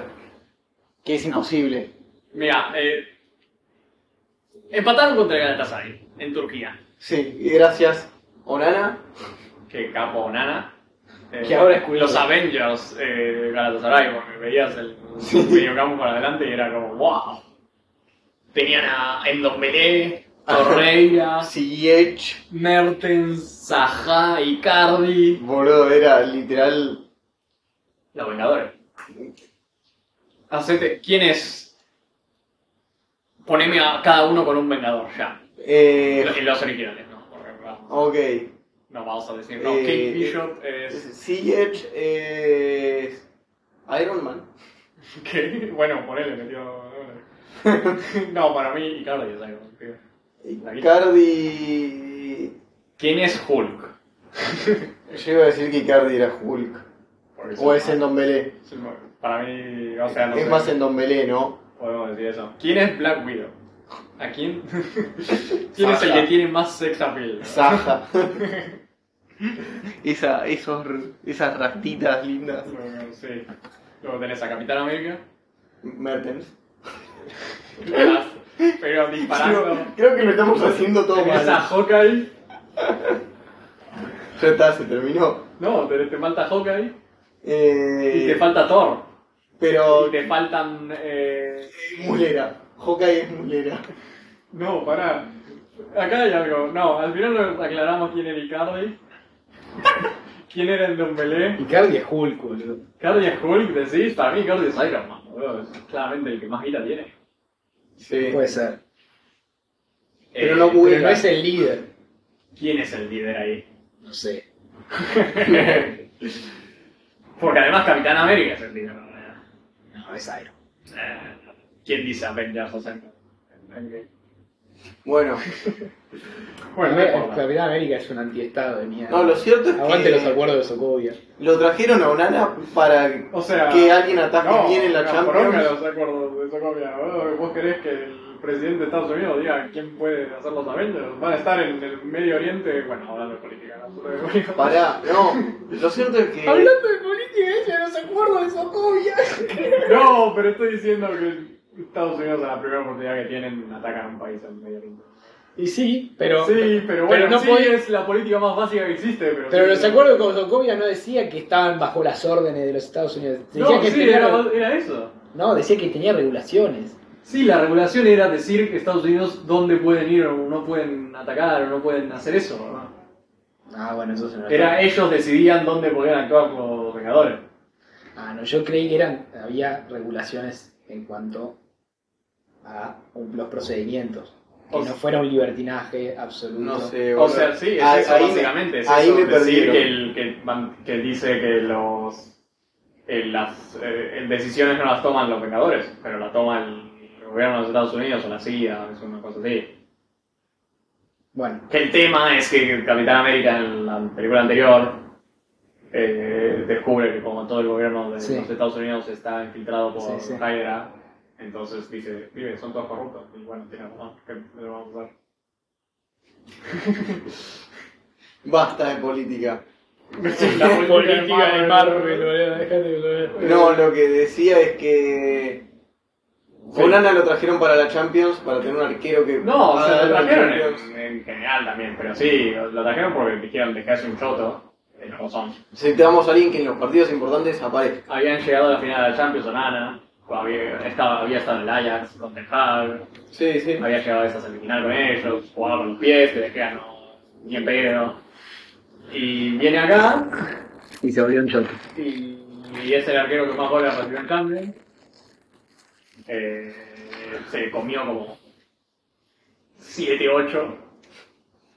Speaker 1: que es imposible.
Speaker 3: Mira, eh, empataron contra el Galatasaray en Turquía.
Speaker 1: Sí, y gracias, Onana.
Speaker 3: Que capo, nana. Eh,
Speaker 1: Que ahora es curioso.
Speaker 3: Los Avengers eh, Galatasaray, porque veías el videocampo para adelante y era como, wow. Tenían a Endombele, Torreira,
Speaker 1: Ziyech.
Speaker 3: Mertens, Zaha, Icardi.
Speaker 1: Boludo, era literal.
Speaker 3: Los Vengadores. Hacete, ¿quién es? Poneme a cada uno con un Vengador, ya.
Speaker 1: Eh,
Speaker 3: En los originales, ¿no? Porque, vamos.
Speaker 1: ok.
Speaker 3: No vamos a decir, no,
Speaker 1: Eh,
Speaker 3: Kate Bishop es...
Speaker 1: Ziyech es. Iron Man.
Speaker 3: ¿Qué? Bueno, ponele, metió... no, para mí Icardi es Iron Man, tío.
Speaker 1: Icardi.
Speaker 3: ¿Quién es Hulk?
Speaker 1: Yo iba a decir que Icardi era Hulk.
Speaker 3: Porque
Speaker 1: O es
Speaker 3: es el-
Speaker 1: en Don Belé.
Speaker 3: es el- Para mí, o sea, no
Speaker 1: es
Speaker 3: sé,
Speaker 1: más en Don Belé, ¿no?
Speaker 3: podemos decir eso. ¿Quién es Black Widow? ¿A quién? ¿Quién es el
Speaker 1: Sasha.
Speaker 3: que tiene más sex appeal?
Speaker 1: Saja. Esa, esos, esas rastitas lindas.
Speaker 3: Bueno, sí. Luego tenés a Capitán América.
Speaker 1: Mertens.
Speaker 3: Pero disparando.
Speaker 1: Creo, creo que lo estamos haciendo todo
Speaker 3: Tenés a
Speaker 1: mal.
Speaker 3: Hawkeye.
Speaker 1: Ya está, se terminó.
Speaker 3: No, te, te falta Hawkeye.
Speaker 1: Eh,
Speaker 3: Y te falta Thor.
Speaker 1: pero
Speaker 3: Y te faltan. Eh...
Speaker 1: mulera. Hawkeye es mulera.
Speaker 3: No, pará. Acá hay algo. No, al final lo aclaramos quién era Icardi. ¿Quién era el Don Belé?
Speaker 2: Icardi es Hulk, boludo.
Speaker 3: Icardi es Hulk, decís. Para mí Icardi es Iron Man, boludo. Es claramente el que más guita tiene.
Speaker 1: Sí.
Speaker 2: Puede ser.
Speaker 1: Pero
Speaker 3: Eh,
Speaker 1: no juega.
Speaker 2: Pero no es el líder.
Speaker 3: ¿Quién es el líder ahí?
Speaker 2: No sé.
Speaker 3: Porque además Capitán América es el líder. ¿no?
Speaker 2: No, es Iron.
Speaker 3: Eh, ¿Quién dice Avengers? O sea,
Speaker 1: Bueno,
Speaker 3: bueno, no importa.
Speaker 2: Capitán América es un antiestado de mierda.
Speaker 1: no, lo cierto es
Speaker 2: Aguante los
Speaker 1: que
Speaker 2: acuerdos de Sokovia.
Speaker 1: lo trajeron a Onana para
Speaker 3: O sea,
Speaker 1: que alguien ataque
Speaker 3: no,
Speaker 1: bien en la
Speaker 3: no, poronga
Speaker 1: Champions.
Speaker 3: los acuerdos de Socovia. boludo. ¿Vos querés que el presidente de Estados Unidos diga quién puede hacer los Avengers? Van a estar en el Medio Oriente, bueno, hablando de política. ¿no? Hablando de política.
Speaker 1: Pará, no. Lo cierto es que.
Speaker 2: de política, ella los acuerdos de Sokovia.
Speaker 3: No, pero estoy diciendo que Estados Unidos a la primera oportunidad que tienen atacan a un país en el Medio Oriente.
Speaker 2: Y sí, pero.
Speaker 3: sí, pero bueno,
Speaker 2: no
Speaker 3: sí
Speaker 2: podía-
Speaker 3: es la política más básica que existe. Pero,
Speaker 2: Pero
Speaker 3: sí,
Speaker 2: los acuerdos con Sokovia no decía que estaban bajo las órdenes de los Estados Unidos. Decía
Speaker 3: No,
Speaker 2: que
Speaker 3: sí,
Speaker 2: tenía-
Speaker 3: era, era eso.
Speaker 2: no, decía que tenía regulaciones.
Speaker 3: Sí, la regulación era decir que Estados Unidos dónde pueden ir o no pueden atacar o no pueden hacer eso, ¿verdad?
Speaker 2: Ah, bueno, eso se me
Speaker 3: Era ellos decidían dónde podían actuar como vengadores.
Speaker 2: Ah, no, yo creí que eran, había regulaciones en cuanto a un- los procedimientos. Que no fuera un libertinaje absoluto.
Speaker 1: No sé,
Speaker 3: O
Speaker 1: boludo.
Speaker 3: sea, sí, es
Speaker 1: Ah,
Speaker 3: eso,
Speaker 1: ahí me-
Speaker 3: básicamente. es
Speaker 1: ahí
Speaker 3: eso,
Speaker 1: me
Speaker 3: decir
Speaker 1: perdieron.
Speaker 3: que, el- que van- que dice que los eh, las eh, decisiones no las toman los vengadores, pero la toma el gobierno de los Estados Unidos o la CIA, es una cosa así.
Speaker 2: Bueno,
Speaker 3: Que el tema es que Capitán América en la película anterior eh, descubre que como todo el gobierno de
Speaker 2: Sí.
Speaker 3: los Estados Unidos está infiltrado por
Speaker 2: Sí, sí.
Speaker 3: Hydra, entonces dice, vive, son todos corruptos. Y bueno, tiene razón, ¿qué le vamos a hacer?
Speaker 1: Basta de política.
Speaker 3: La
Speaker 2: boludo, dejate de joder.
Speaker 1: No, lo que decía es que. Onana lo trajeron para la Champions, para tener un arquero que.
Speaker 3: No, o sea,
Speaker 1: haga
Speaker 3: lo
Speaker 1: la
Speaker 3: trajeron
Speaker 1: Champions.
Speaker 3: en, en general también, pero sí, lo lo trajeron porque dijeron dejarse un choto en los son.
Speaker 1: Necesitamos a alguien que en los partidos importantes aparezca.
Speaker 3: Habían llegado a la final de la Champions Onana, había estaba, había estado en el Ajax con Ten Hag,
Speaker 1: Sí, sí.
Speaker 3: había llegado a esa semifinal con ellos, jugaba con los pies, que de Gea no, ni en pedo. Y viene acá,
Speaker 2: Y se volvió un choque.
Speaker 3: y, y es el arquero que más goles recibió en Champions. Eh, se comió como 7-8.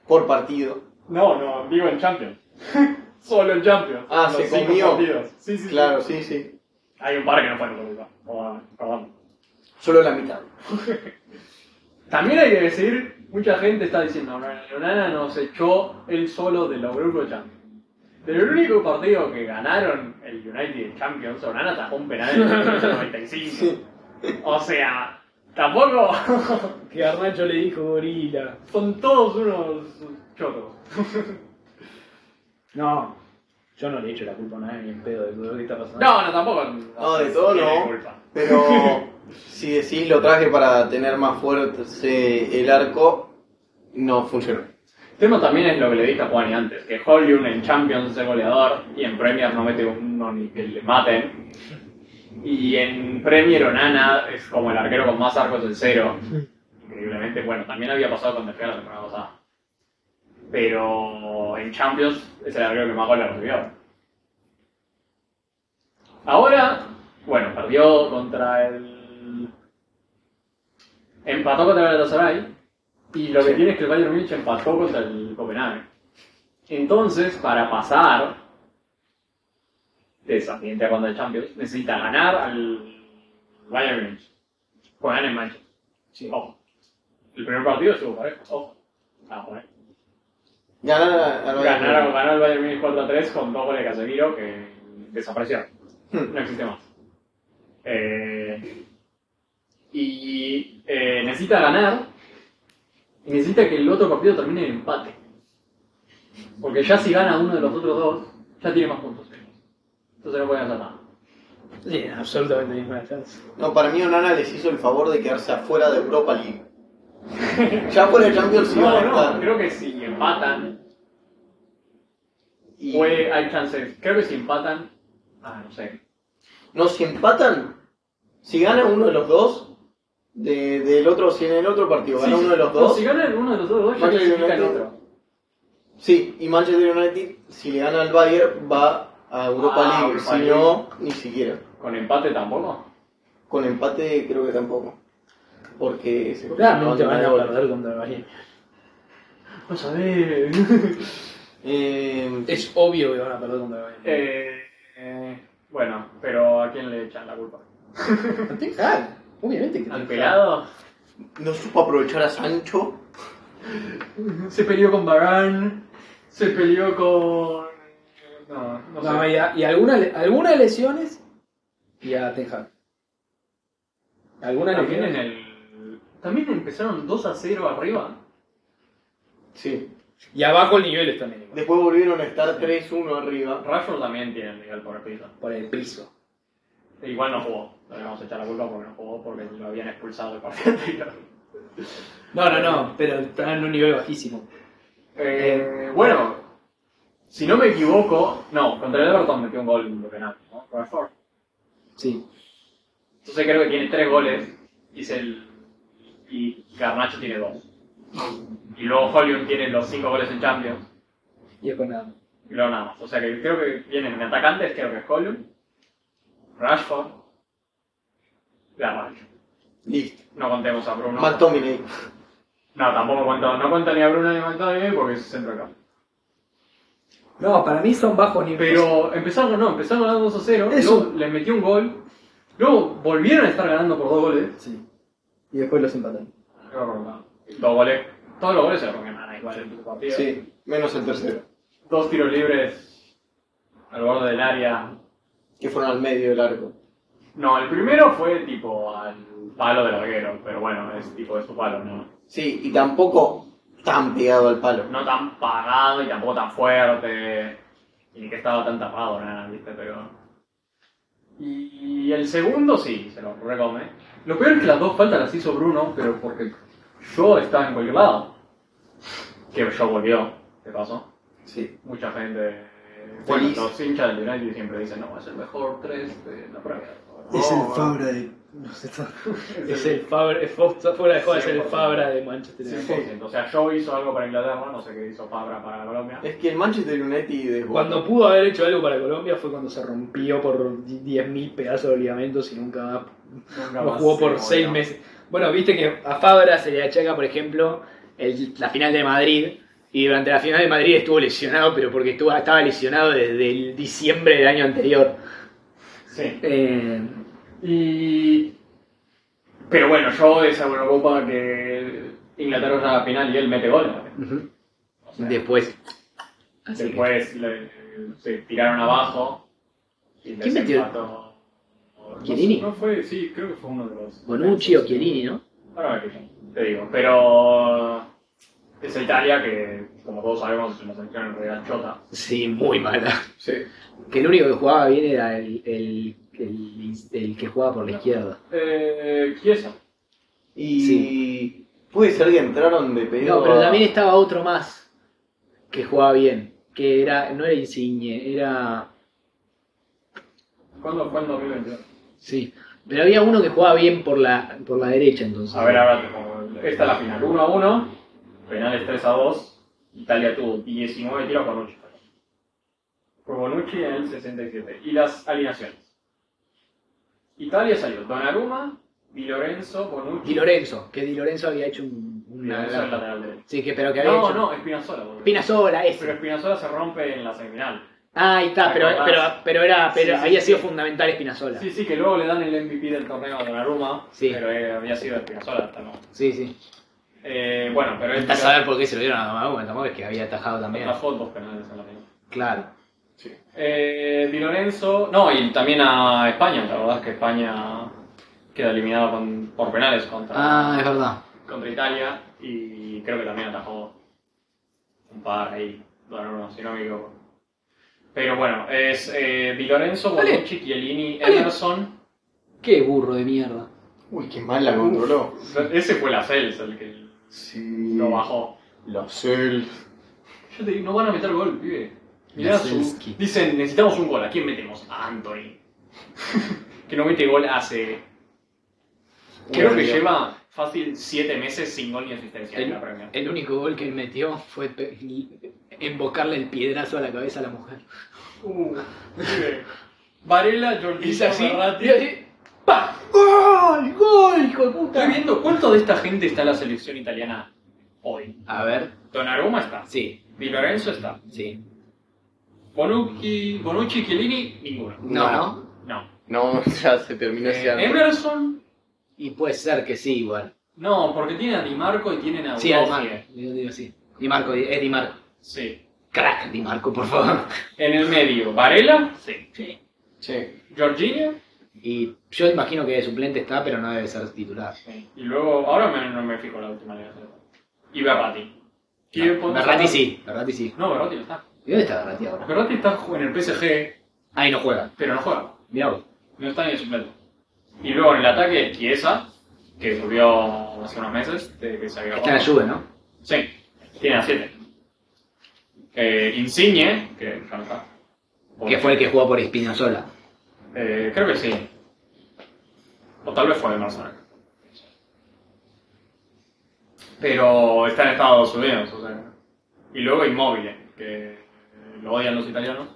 Speaker 1: Por partido.
Speaker 3: No, no, digo en Champions. Solo en Champions.
Speaker 1: Ah,
Speaker 3: Los
Speaker 1: se
Speaker 3: cinco
Speaker 1: comió.
Speaker 3: partidos. Sí, sí, sí.
Speaker 1: Claro, sí, sí.
Speaker 3: Hay un par que no fueron por culpa. Bueno, perdón.
Speaker 1: Solo la mitad.
Speaker 3: También hay que decir, mucha gente está diciendo, "No, Leonana nos echó él solo de los grupos Champions. Del único partido que ganaron el United Champions, Leonana atajó un penal en el 95. O sea, tampoco
Speaker 2: Que Garnacho le dijo gorila.
Speaker 3: son todos unos chotos.
Speaker 2: No, yo no le echo la culpa a nadie ni en pedo de lo que está pasando.
Speaker 3: No, no, tampoco.
Speaker 1: No, de todo
Speaker 3: tiene
Speaker 1: no.
Speaker 3: culpa.
Speaker 1: Pero si decís lo traje para tener más fuerte el arco, no funcionó.
Speaker 3: El tema también es lo que le dije a Juani antes, que Hollywood en Champions es goleador y en Premier no mete uno ni que le maten. Y en Premier Onana es como el arquero con más arcos en cero. Increíblemente, bueno, también había pasado con De Gea la temporada pasada. Pero en Champions es el arquero que más goles recibió. Ahora, bueno, perdió contra el... Empató contra el Galatasaray. Y lo que tiene es que el Bayern Múnich empató contra el Copenhague. Entonces, para pasar de esa siguiente ronda de Champions, necesita ganar al Bayern Múnich. Juegan en Manchester.
Speaker 2: Sí.
Speaker 3: Ojo. El primer partido estuvo parejo. Ojo. Ah, bueno.
Speaker 1: Ganar a, a lo de-
Speaker 3: Ganaron, ganó el Bayern Múnich 4 a 3 con dos goles de Casemiro que desaparecieron. No existe más. Eh, y eh, necesita ganar. Y necesita que el otro partido termine en empate. Porque ya si gana uno de los otros dos, ya tiene más puntos. que ellos. Entonces no pueden hacer nada.
Speaker 2: Tienen absolutamente ninguna chance.
Speaker 1: No, para mí Onana les hizo el favor de quedarse afuera de Europa League. Ya fuera de Champions iban a
Speaker 3: No,
Speaker 1: estar.
Speaker 3: no, creo que si empatan,
Speaker 1: Y-
Speaker 3: puede- hay chances. Creo que si empatan, ah, no sé.
Speaker 1: No, si empatan, si gana uno de los dos, de- del otro, si en el otro partido gana
Speaker 3: Sí,
Speaker 1: uno de los
Speaker 3: no,
Speaker 1: dos,
Speaker 3: si ganan uno de los dos, ya
Speaker 1: Manchester
Speaker 3: clasifica el
Speaker 1: United.
Speaker 3: otro.
Speaker 1: sí, y Manchester United, si le gana al Bayern, va a Europa
Speaker 3: Ah,
Speaker 1: League,
Speaker 3: Europa
Speaker 1: si
Speaker 3: League.
Speaker 1: no, ni siquiera.
Speaker 3: ¿Con empate tampoco?
Speaker 1: Con empate creo que tampoco. Porque se
Speaker 2: Claramente
Speaker 1: no,
Speaker 2: van a
Speaker 1: no, no.
Speaker 2: perder contra el Bayern.
Speaker 3: No sabés.
Speaker 1: Eh,
Speaker 2: Es obvio que van a perder contra el Bayern.
Speaker 3: eh, eh, bueno, pero ¿a quién le echan la culpa?
Speaker 2: No te Hag. Obviamente que
Speaker 3: ¿Al
Speaker 2: Ten Hag.
Speaker 3: pelado?
Speaker 1: no supo aprovechar a Sancho.
Speaker 3: Se peleó con Barán, se peleó con... No, no sé.
Speaker 2: No, y, a- y algunas, le- algunas lesiones y a Ten Hag. Algunas
Speaker 3: También en
Speaker 2: lesiones.
Speaker 3: el... También empezaron 2 a 0 arriba.
Speaker 1: Sí.
Speaker 2: Y abajo el nivel está mínimo.
Speaker 1: Después volvieron a estar 3-1 arriba.
Speaker 3: Rashford también tiene el nivel por el piso.
Speaker 2: Por el piso.
Speaker 3: Igual no jugó. No le vamos a echar la culpa porque no jugó porque lo habían expulsado del partido anterior.
Speaker 2: No, no, no, pero está en un nivel bajísimo.
Speaker 3: Eh, bueno, si no me equivoco... No, contra el Everton metió un gol de penal, ¿no? Rashford.
Speaker 2: Sí.
Speaker 3: Entonces creo que tiene tres goles y, es el- y Garnacho tiene dos. Y luego Hollywood tiene los cinco goles en Champions
Speaker 2: Y es con nada.
Speaker 3: y luego nada más. O sea que creo que vienen en atacantes, creo que es Hollywood, Rashford, Garnacho.
Speaker 1: Listo.
Speaker 3: No contemos a Bruno.
Speaker 1: McTominay.
Speaker 3: No, tampoco cuento, no cuenta ni a Bruno ni a Maldonado porque es centro acá.
Speaker 4: No, para mí son bajos niveles.
Speaker 3: Pero empezaron, no, empezaron ganando 2 a 0,
Speaker 4: Eso.
Speaker 3: luego les metió un gol, luego volvieron a estar ganando por dos goles.
Speaker 4: Sí. Y después los empatan.
Speaker 3: Dos goles, todos los goles se rompen nada igual en tu partido.
Speaker 1: Sí, menos el tercero.
Speaker 3: Dos tiros libres al borde del área.
Speaker 1: Que fueron al medio del arco.
Speaker 3: No, el primero fue tipo al palo del arquero, pero bueno, es tipo de su palo, ¿no?
Speaker 1: Sí, y tampoco tan pegado al palo.
Speaker 3: No tan pagado y tampoco tan fuerte. Y ni que estaba tan tapado, nada, viste, pero. Y el segundo sí, se lo recome. Lo peor es que las dos faltas las hizo Bruno, pero porque yo estaba en cualquier lado. Que yo volvió, de paso.
Speaker 1: Sí.
Speaker 3: Mucha gente. eh, Bueno,
Speaker 1: Feliz.
Speaker 3: los hinchas del United siempre dicen, no, es el mejor 3 de la Premier.
Speaker 4: es el
Speaker 3: No,
Speaker 4: Fabra de. No sé, está-
Speaker 2: Es el Fabra, es Fo- fuera de juego es el Fabra de Manchester
Speaker 3: Sí,
Speaker 2: United.
Speaker 3: sí, sí. O sea, Joe hizo algo para Inglaterra, no sé qué hizo Fabra para Colombia.
Speaker 2: Eh,
Speaker 1: Es que el Manchester United de
Speaker 2: Cuando pudo haber hecho algo para Colombia fue cuando se rompió por 10.000 pedazos de ligamentos y nunca más
Speaker 3: Nunca
Speaker 2: lo
Speaker 3: más
Speaker 2: jugó
Speaker 3: se
Speaker 2: por
Speaker 3: movió.
Speaker 2: 6 meses. Bueno, viste que a Fabra se le achaca, por ejemplo, el- la final de Madrid. Y durante la final de Madrid estuvo lesionado, pero porque estuvo, estaba lesionado desde el diciembre del año anterior.
Speaker 3: Sí.
Speaker 2: Eh,
Speaker 3: Y. Pero bueno, yo esa Eurocopa que Inglaterra está a la final y él mete gol.
Speaker 2: ujú.
Speaker 3: O sea,
Speaker 2: Después. Así que-
Speaker 3: después le- se tiraron abajo. Y
Speaker 2: ¿Quién
Speaker 3: les
Speaker 2: metió?
Speaker 3: empató. No sé,
Speaker 2: ¿Chiellini?
Speaker 3: No, fue, sí, creo que fue uno de los.
Speaker 2: Bonucci o Chiellini, ¿no?
Speaker 3: Ahora me fijo, te digo. Pero. Es Italia que, como todos sabemos, es una selección en realidad chota.
Speaker 2: Sí, muy mala.
Speaker 1: Sí.
Speaker 2: Que el único que jugaba bien era el, el, el, el que jugaba por la izquierda.
Speaker 3: Eh. Chiesa.
Speaker 1: Y puede ser que entraron de pedido.
Speaker 2: No, pero
Speaker 1: a-
Speaker 2: también estaba otro más ah. que jugaba bien. Que era, no era Insigne, era.
Speaker 3: ¿Cuándo fue en 2022?
Speaker 2: Sí. Pero había uno que jugaba bien por la, por la derecha entonces.
Speaker 3: A ver, ahora te pongo. Esta es la final. 1 a 1. Penales 3 a 2. Italia tuvo 19 tiros con 8. Fue Bonucci en el 67. Y las alineaciones. Italia salió Donnarumma, Di Lorenzo, Bonucci.
Speaker 2: Di Lorenzo, que Di Lorenzo había hecho un.
Speaker 3: Di
Speaker 2: una-
Speaker 3: Lorenzo en el lateral derecho.
Speaker 2: sí, que, pero que había
Speaker 3: No,
Speaker 2: hecho.
Speaker 3: no, Espinazola. boludo.
Speaker 2: Pinazola,
Speaker 3: Pero
Speaker 2: ese.
Speaker 3: Espinazola se rompe en la semifinal.
Speaker 2: Ah, ahí está, pero, pero, pero, era, pero
Speaker 3: Sí, sí,
Speaker 2: había
Speaker 3: sí.
Speaker 2: sido fundamental Espinazola.
Speaker 3: Sí, sí, que luego le dan el MVP del torneo a Donnarumma.
Speaker 2: Sí.
Speaker 3: Pero eh, había sido Espinazola hasta no.
Speaker 2: Sí, sí.
Speaker 3: Eh, bueno, pero él
Speaker 2: Estás a saber por qué se lo dieron a Damago, Damago es que había atajado también.
Speaker 3: atajó dos penales en la final.
Speaker 2: Claro.
Speaker 3: Eh, Di Lorenzo, no, y también a España, la verdad es que España queda eliminada con- por penales contra,
Speaker 2: Ah, es verdad.
Speaker 3: contra Italia y creo que también atajó un par ahí, bueno, no, si no me equivoco. Pero bueno, es eh, Di Lorenzo,
Speaker 2: Vale.
Speaker 3: Bonucci, Chiellini,
Speaker 2: Vale.
Speaker 3: Emerson.
Speaker 2: Qué burro de mierda.
Speaker 1: Uy, qué mal la controló.
Speaker 3: Ese fue la Celsa el que
Speaker 1: Sí.
Speaker 3: lo bajó.
Speaker 1: Los Cells.
Speaker 3: Yo te digo, no van a meter gol, pibe. Mirá su...
Speaker 2: Lazinski.
Speaker 3: Dicen, necesitamos un gol. ¿A quién metemos? A Anthony. que no mete gol hace... Creo que
Speaker 1: Dios.
Speaker 3: lleva fácil 7 meses sin gol ni asistencia en
Speaker 2: El,
Speaker 3: la Premier.
Speaker 2: el único gol que él metió fue pe- embocarle el piedrazo a la cabeza a la mujer.
Speaker 3: Uh, pibe. Varela, Jordi,
Speaker 2: Hizo así,
Speaker 3: Ferrati.
Speaker 2: y así, ¡pa! ¡Gol! ¡Gol, hijo de
Speaker 3: Estoy
Speaker 2: puta!
Speaker 3: viendo cuánto de esta gente está en la selección italiana hoy.
Speaker 2: A ver,
Speaker 3: Donnarumma está.
Speaker 2: sí,
Speaker 3: Di Lorenzo está.
Speaker 2: sí.
Speaker 3: Bonucci, Bonucci, Chiellini, ninguno.
Speaker 2: No,
Speaker 1: No.
Speaker 2: ¿no?
Speaker 3: No.
Speaker 1: No, ya se terminó ese
Speaker 3: Eh,
Speaker 1: arco.
Speaker 3: Emerson...
Speaker 2: Y puede ser que sí, igual.
Speaker 3: No, porque tienen a Di Marco y tienen a
Speaker 2: Sí, a Di
Speaker 3: Udogie.
Speaker 5: eh.
Speaker 2: Marco. Yo digo sí. Di Marco, es Di Marco.
Speaker 3: Sí.
Speaker 2: Crack, Di Marco, por favor.
Speaker 3: En el medio, Varela. Sí.
Speaker 1: Sí.
Speaker 3: Jorginho.
Speaker 2: Y yo imagino que de suplente está, pero no debe ser titular.
Speaker 3: Sí. Y luego, ahora me- no me fijo la última liga. Y Berratti. ¿Qué
Speaker 2: No,
Speaker 3: podemos
Speaker 2: Berratti
Speaker 3: hablar?
Speaker 2: sí, Berratti sí.
Speaker 3: No, Berratti no está.
Speaker 2: ¿Y dónde está Berratti ahora?
Speaker 3: Berratti está ju- en el PSG,
Speaker 2: Ahí no juega.
Speaker 3: pero no juega.
Speaker 2: Mirá vos.
Speaker 3: No está ni de suplente. Y luego en el ataque, Chiesa, que subió hace unos meses, de que se había
Speaker 2: Está en la
Speaker 3: jugado.
Speaker 2: Juve, ¿no?
Speaker 3: Sí, tiene a 7. Eh, Insigne, que ya no está.
Speaker 2: Que fue el que jugó por Espinozola.
Speaker 3: Eh, creo que sí. O tal vez fue de Marzanac. Pero está en Estados Unidos, o sea. Y luego Inmóvil, que eh, lo odian los italianos.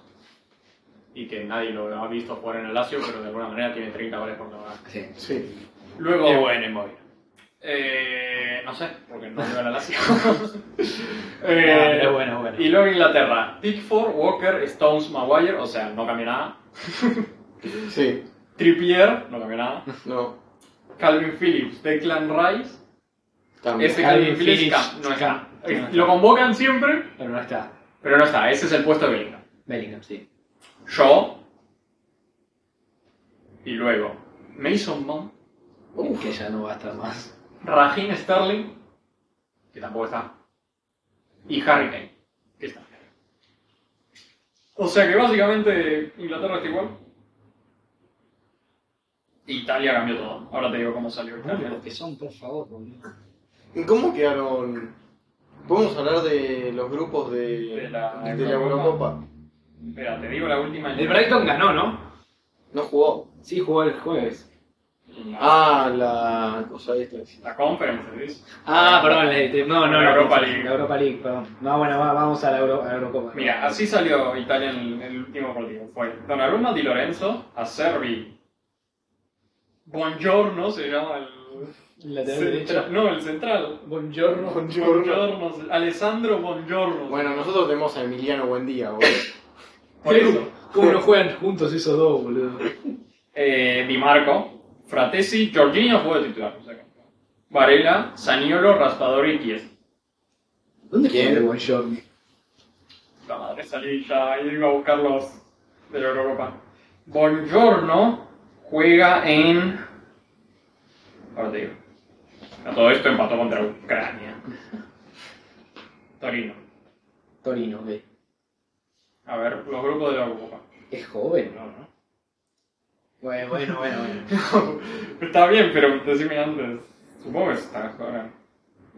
Speaker 3: Y que nadie lo ha visto
Speaker 2: ¿Eh?
Speaker 3: jugar en el Lazio, pero de alguna manera tiene 30 goles por temporada.
Speaker 2: Sí.
Speaker 1: Sí.
Speaker 3: Luego.
Speaker 1: Qué bueno, Inmóvil.
Speaker 3: Eh, no sé, porque no veo la Lazio.
Speaker 5: Ah, pero
Speaker 3: eh,
Speaker 5: es bueno, es bueno.
Speaker 3: Y luego Inglaterra. Pickford, Walker, Stones, Maguire. O sea, no cambió nada.
Speaker 1: Sí,
Speaker 3: Trippier, no cambió nada.
Speaker 1: no.
Speaker 3: Calvin Phillips, Declan Rice.
Speaker 1: Cambio.
Speaker 3: Este
Speaker 5: Calvin
Speaker 3: Calvin Phillips
Speaker 5: Phillips,
Speaker 3: ca- no está.
Speaker 5: ca- no está.
Speaker 3: Lo convocan siempre,
Speaker 5: Pero no está.
Speaker 3: pero no está. Ese es el puesto de Bellingham.
Speaker 5: Bellingham, sí.
Speaker 3: Yo. Y luego Mason Mount,
Speaker 5: Que ya no va a estar más.
Speaker 3: Raheem Sterling, que tampoco está. Y Harry Kane, que está. O sea que básicamente Inglaterra está igual. Italia cambió todo. Ahora te digo cómo salió Italia.
Speaker 2: Uh.
Speaker 5: Los que son, por favor, boludo.
Speaker 1: ¿Y cómo quedaron? ¿Podemos hablar de los grupos de,
Speaker 3: De la-
Speaker 1: de la Eurocopa?
Speaker 3: Espera, te digo la última.
Speaker 4: El Brighton ganó, ¿no?
Speaker 1: No jugó.
Speaker 4: Sí, jugó el jueves.
Speaker 3: La,
Speaker 1: Ah, la cosa esta.
Speaker 3: la conference, ¿sí?
Speaker 5: Ah, perdón, la- te- no, no,
Speaker 3: La
Speaker 5: no,
Speaker 3: Europa
Speaker 5: no,
Speaker 3: League.
Speaker 5: La Europa League, perdón. No, bueno, va- vamos a la, Euro- a la Eurocopa.
Speaker 3: Mira, así salió Italia en el, en el último partido. Fue Donnarumma Di Lorenzo, Acerbi. Buongiorno se llama el.
Speaker 5: Lateral
Speaker 3: centra-
Speaker 5: derecho.
Speaker 3: no, el central.
Speaker 5: Buongiorno.
Speaker 3: Buongiorno. se- Alessandro Buongiorno.
Speaker 1: Bueno, nosotros tenemos a Emiliano Buendía, boludo.
Speaker 3: Por eso.
Speaker 5: ¿Cómo no juegan juntos esos dos, boludo?
Speaker 3: Eh, Di Marco, Fratesi, Jorginho fue de titular. o sea que- Varela, Saniolo, Raspadori y Chiesa.
Speaker 5: ¿Dónde
Speaker 1: ¿Quién?
Speaker 5: juega el Buongiorno?
Speaker 3: La madre salí ya iba a buscar los de la Europa. Buongiorno juega en. Ahora te digo. A todo esto empató contra Ucrania. Torino.
Speaker 5: Torino, eh. ok.
Speaker 3: A ver, los grupos de la Europa.
Speaker 5: Es joven, ¿no? no? Bueno, bueno, bueno, bueno.
Speaker 3: está bien, pero decime antes. Supongo que está ahora.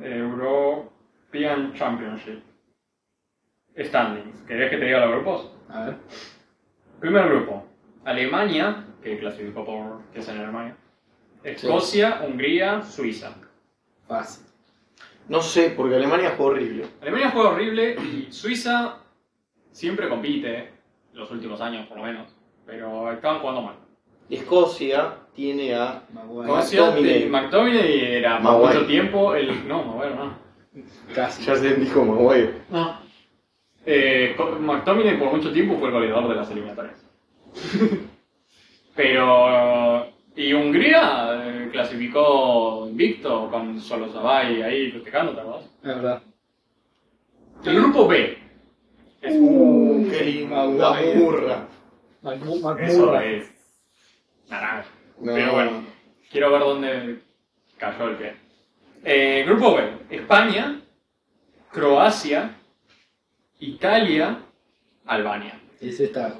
Speaker 3: European Championship. Standings. ¿Querés que te diga los grupos?
Speaker 5: A ver.
Speaker 3: Primer grupo, Alemania, que clasificó por que es en Alemania. Escocia, Hungría, Suiza.
Speaker 5: Fácil.
Speaker 1: No sé, porque Alemania jugó horrible.
Speaker 3: Alemania juega horrible y Suiza siempre compite, eh, los últimos años por lo menos, pero estaban jugando mal.
Speaker 1: Escocia tiene a.
Speaker 5: Maguire.
Speaker 3: Escocia,
Speaker 1: McTominay.
Speaker 3: de- McTominay era por
Speaker 1: Maguire.
Speaker 3: mucho tiempo el... No, Maguire no.
Speaker 5: Casi.
Speaker 1: Ya se dijo Maguire.
Speaker 3: No. Eh, co- McTominay por mucho tiempo fue el goleador de las eliminatorias. Pero. Y Hungría eh, clasificó invicto con Solo Sabay ahí festejando, ¿te acordás?
Speaker 5: La verdad.
Speaker 3: El grupo B. Es,
Speaker 1: Uh, qué linda
Speaker 5: Maguire.
Speaker 1: burra.
Speaker 5: Macu-
Speaker 3: eso
Speaker 5: Macmurra.
Speaker 3: es. Naranja.
Speaker 1: No.
Speaker 3: Pero bueno, quiero ver dónde cayó el que. Eh, grupo B. España, Croacia, Italia, Albania.
Speaker 5: Ese está.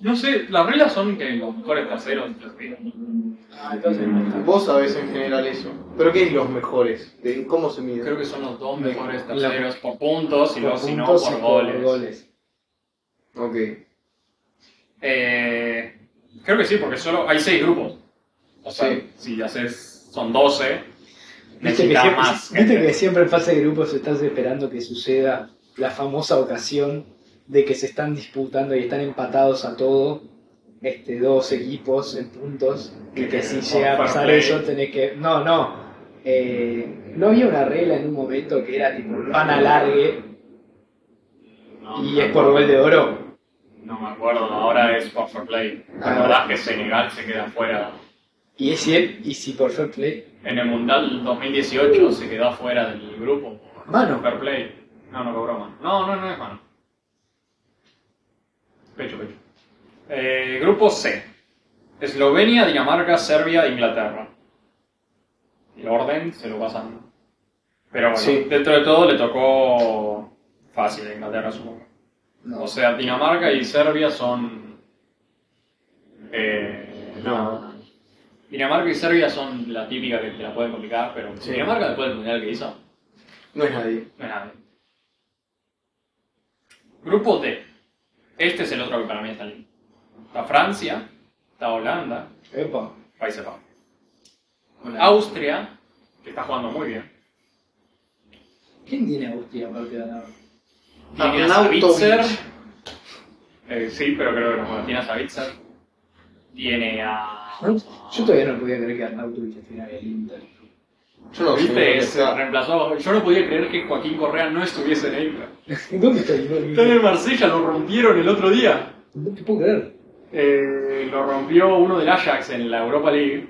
Speaker 3: No sé, las reglas son que los mejores terceros los piden.
Speaker 5: Ah, entonces no está.
Speaker 1: Vos sabés en general eso. ¿Pero qué es los mejores? ¿De ¿Cómo se mide?
Speaker 3: Creo que son los dos mejores
Speaker 5: La-
Speaker 3: terceros por puntos y
Speaker 5: Por
Speaker 3: los si no
Speaker 5: puntos
Speaker 3: por
Speaker 5: y por
Speaker 3: goles.
Speaker 5: goles.
Speaker 1: Ok.
Speaker 3: Eh, creo que sí, porque solo hay seis grupos. O sea,
Speaker 1: Sí.
Speaker 3: si haces, son 12,
Speaker 5: Viste que,
Speaker 3: necesitas
Speaker 5: siempre,
Speaker 3: más.
Speaker 5: viste
Speaker 3: gente.
Speaker 5: que siempre en fase de grupos estás esperando que suceda la famosa ocasión de que se están disputando y están empatados a todo, este, dos equipos en puntos, y que si
Speaker 3: Con
Speaker 5: llega a
Speaker 3: fair
Speaker 5: pasar
Speaker 3: play.
Speaker 5: eso tenés que... No, no. Eh, no había una regla en un momento que era tipo van a largue
Speaker 3: No,
Speaker 5: y
Speaker 3: no
Speaker 5: es por gol de oro.
Speaker 3: No me acuerdo, ahora es por for play.
Speaker 5: Ah.
Speaker 3: La verdad es que Senegal se queda fuera.
Speaker 5: Y, es, si él- y si por fair play,
Speaker 3: En el Mundial 2018 se quedó fuera del grupo.
Speaker 5: mano.
Speaker 3: Fair play. No, no cobró mano. No, no, no es mano. Pecho, pecho. Eh, grupo C. Eslovenia, Dinamarca, Serbia, Inglaterra. El orden se lo pasan. Pero bueno,
Speaker 1: Sí.
Speaker 3: dentro de todo le tocó fácil a Inglaterra, supongo.
Speaker 5: No.
Speaker 3: O sea, Dinamarca y Serbia son... eh,
Speaker 1: No.
Speaker 3: Dinamarca y Serbia son la típica que te la pueden complicar, pero
Speaker 1: Sí.
Speaker 3: Dinamarca después del mundial que hizo,
Speaker 1: No es nadie.
Speaker 3: no es nada. Grupo D. Este es el otro que para mí está lindo. Está Francia, está Holanda,
Speaker 5: Epa.
Speaker 3: Países Bajos. Austria, que está jugando muy bien.
Speaker 5: ¿Quién tiene Agustín aparte de ganar?
Speaker 3: Tiene a
Speaker 1: Arnautovic.
Speaker 3: Savitzer. Eh, sí, pero creo que no juega. Tiene a Savitzer. Tiene a...
Speaker 5: Yo todavía no podía creer que Arnautovic estuviera en el Inter.
Speaker 1: Yo no sé
Speaker 3: ¿Viste?
Speaker 1: dónde
Speaker 3: Es-
Speaker 1: está.
Speaker 3: reemplazó. Yo no podía creer que Joaquín Correa no estuviese en el.
Speaker 5: ¿Dónde está el
Speaker 3: Está en
Speaker 5: gol?
Speaker 3: el Marsella, lo rompieron el otro día.
Speaker 5: No te puedo creer.
Speaker 3: Eh, lo rompió uno del Ajax en la Europa League.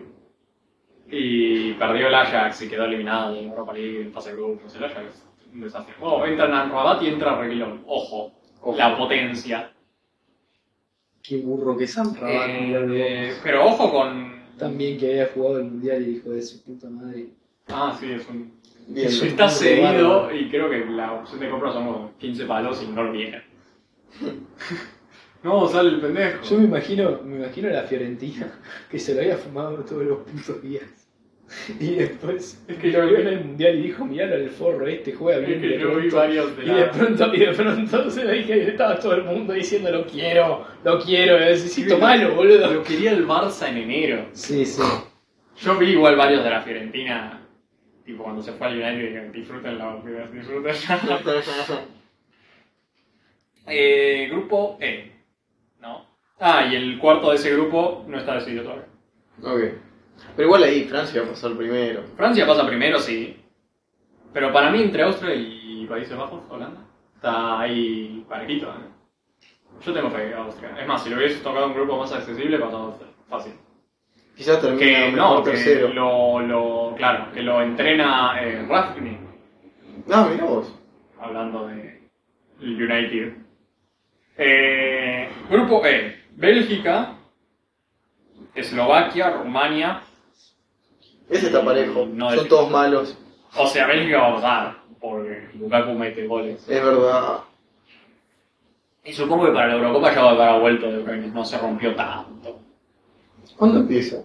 Speaker 3: Y perdió el Ajax y quedó eliminado de la Europa League en fase de grupos. El Ajax, un desastre. Bueno, entran a Rabat y entra Reguilón. Ojo,
Speaker 1: Ojo.
Speaker 3: la potencia.
Speaker 5: Qué burro que es Rabat,
Speaker 3: Eh,
Speaker 5: mirá lo
Speaker 3: eh,
Speaker 5: vos.
Speaker 3: pero ojo con.
Speaker 5: También que había jugado el mundial y hijo de su puta madre.
Speaker 3: Ah, sí, es un.
Speaker 1: Bien.
Speaker 5: Sí.
Speaker 3: Está
Speaker 5: Muy
Speaker 3: cedido
Speaker 5: bárbaro.
Speaker 3: y creo que la opción de compra son como 15 palos y no lo viene. no, sale el pendejo.
Speaker 5: Yo me imagino, me imagino a la Fiorentina que se lo había fumado todos los putos días. Y después
Speaker 3: Es que yo
Speaker 5: lo
Speaker 3: vi-
Speaker 5: vio en el mundial y dijo, miralo al forro, este juega
Speaker 3: Es
Speaker 5: bien.
Speaker 3: que
Speaker 5: de
Speaker 3: yo vi
Speaker 5: pronto".
Speaker 3: varios de
Speaker 5: y de
Speaker 3: la...
Speaker 5: pronto, y de pronto se lo dije y estaba todo el mundo diciendo lo quiero, lo quiero, y decís, sí, tomalo, boludo.
Speaker 3: Lo quería el Barça en enero.
Speaker 5: Sí, sí.
Speaker 3: Yo vi igual varios de la Fiorentina, tipo cuando se fue al United, dijeron, disfruten la disfruten eh, Grupo E, ¿no? Ah, y el cuarto de ese grupo no está decidido todavía.
Speaker 1: Ok. Pero igual ahí Francia va a pasar primero.
Speaker 3: Francia pasa primero, sí. Pero para mí, entre Austria y Países Bajos, Holanda, está ahí parejito. ¿eh? Yo tengo fe en Austria. Es más, si lo hubiese tocado un grupo más accesible, pasaba Austria. Fácil.
Speaker 1: Quizás termine
Speaker 3: Que
Speaker 1: mejor
Speaker 3: no, que
Speaker 1: tercero.
Speaker 3: lo, lo, claro, que lo entrena eh, Rafni,
Speaker 1: Ah, mirá vos.
Speaker 3: hablando de United. Eh, grupo E, Bélgica, Eslovaquia, Rumania.
Speaker 1: Ese está parejo.
Speaker 3: Mm, No,
Speaker 1: Son
Speaker 3: es-
Speaker 1: todos malos.
Speaker 3: O sea, Bélgica va a pasar, porque Lukaku mete goles.
Speaker 1: Es verdad.
Speaker 3: Y supongo que para la Eurocopa ya va a haber vuelto de Bruyne, no se rompió tanto.
Speaker 1: ¿Cuándo empieza?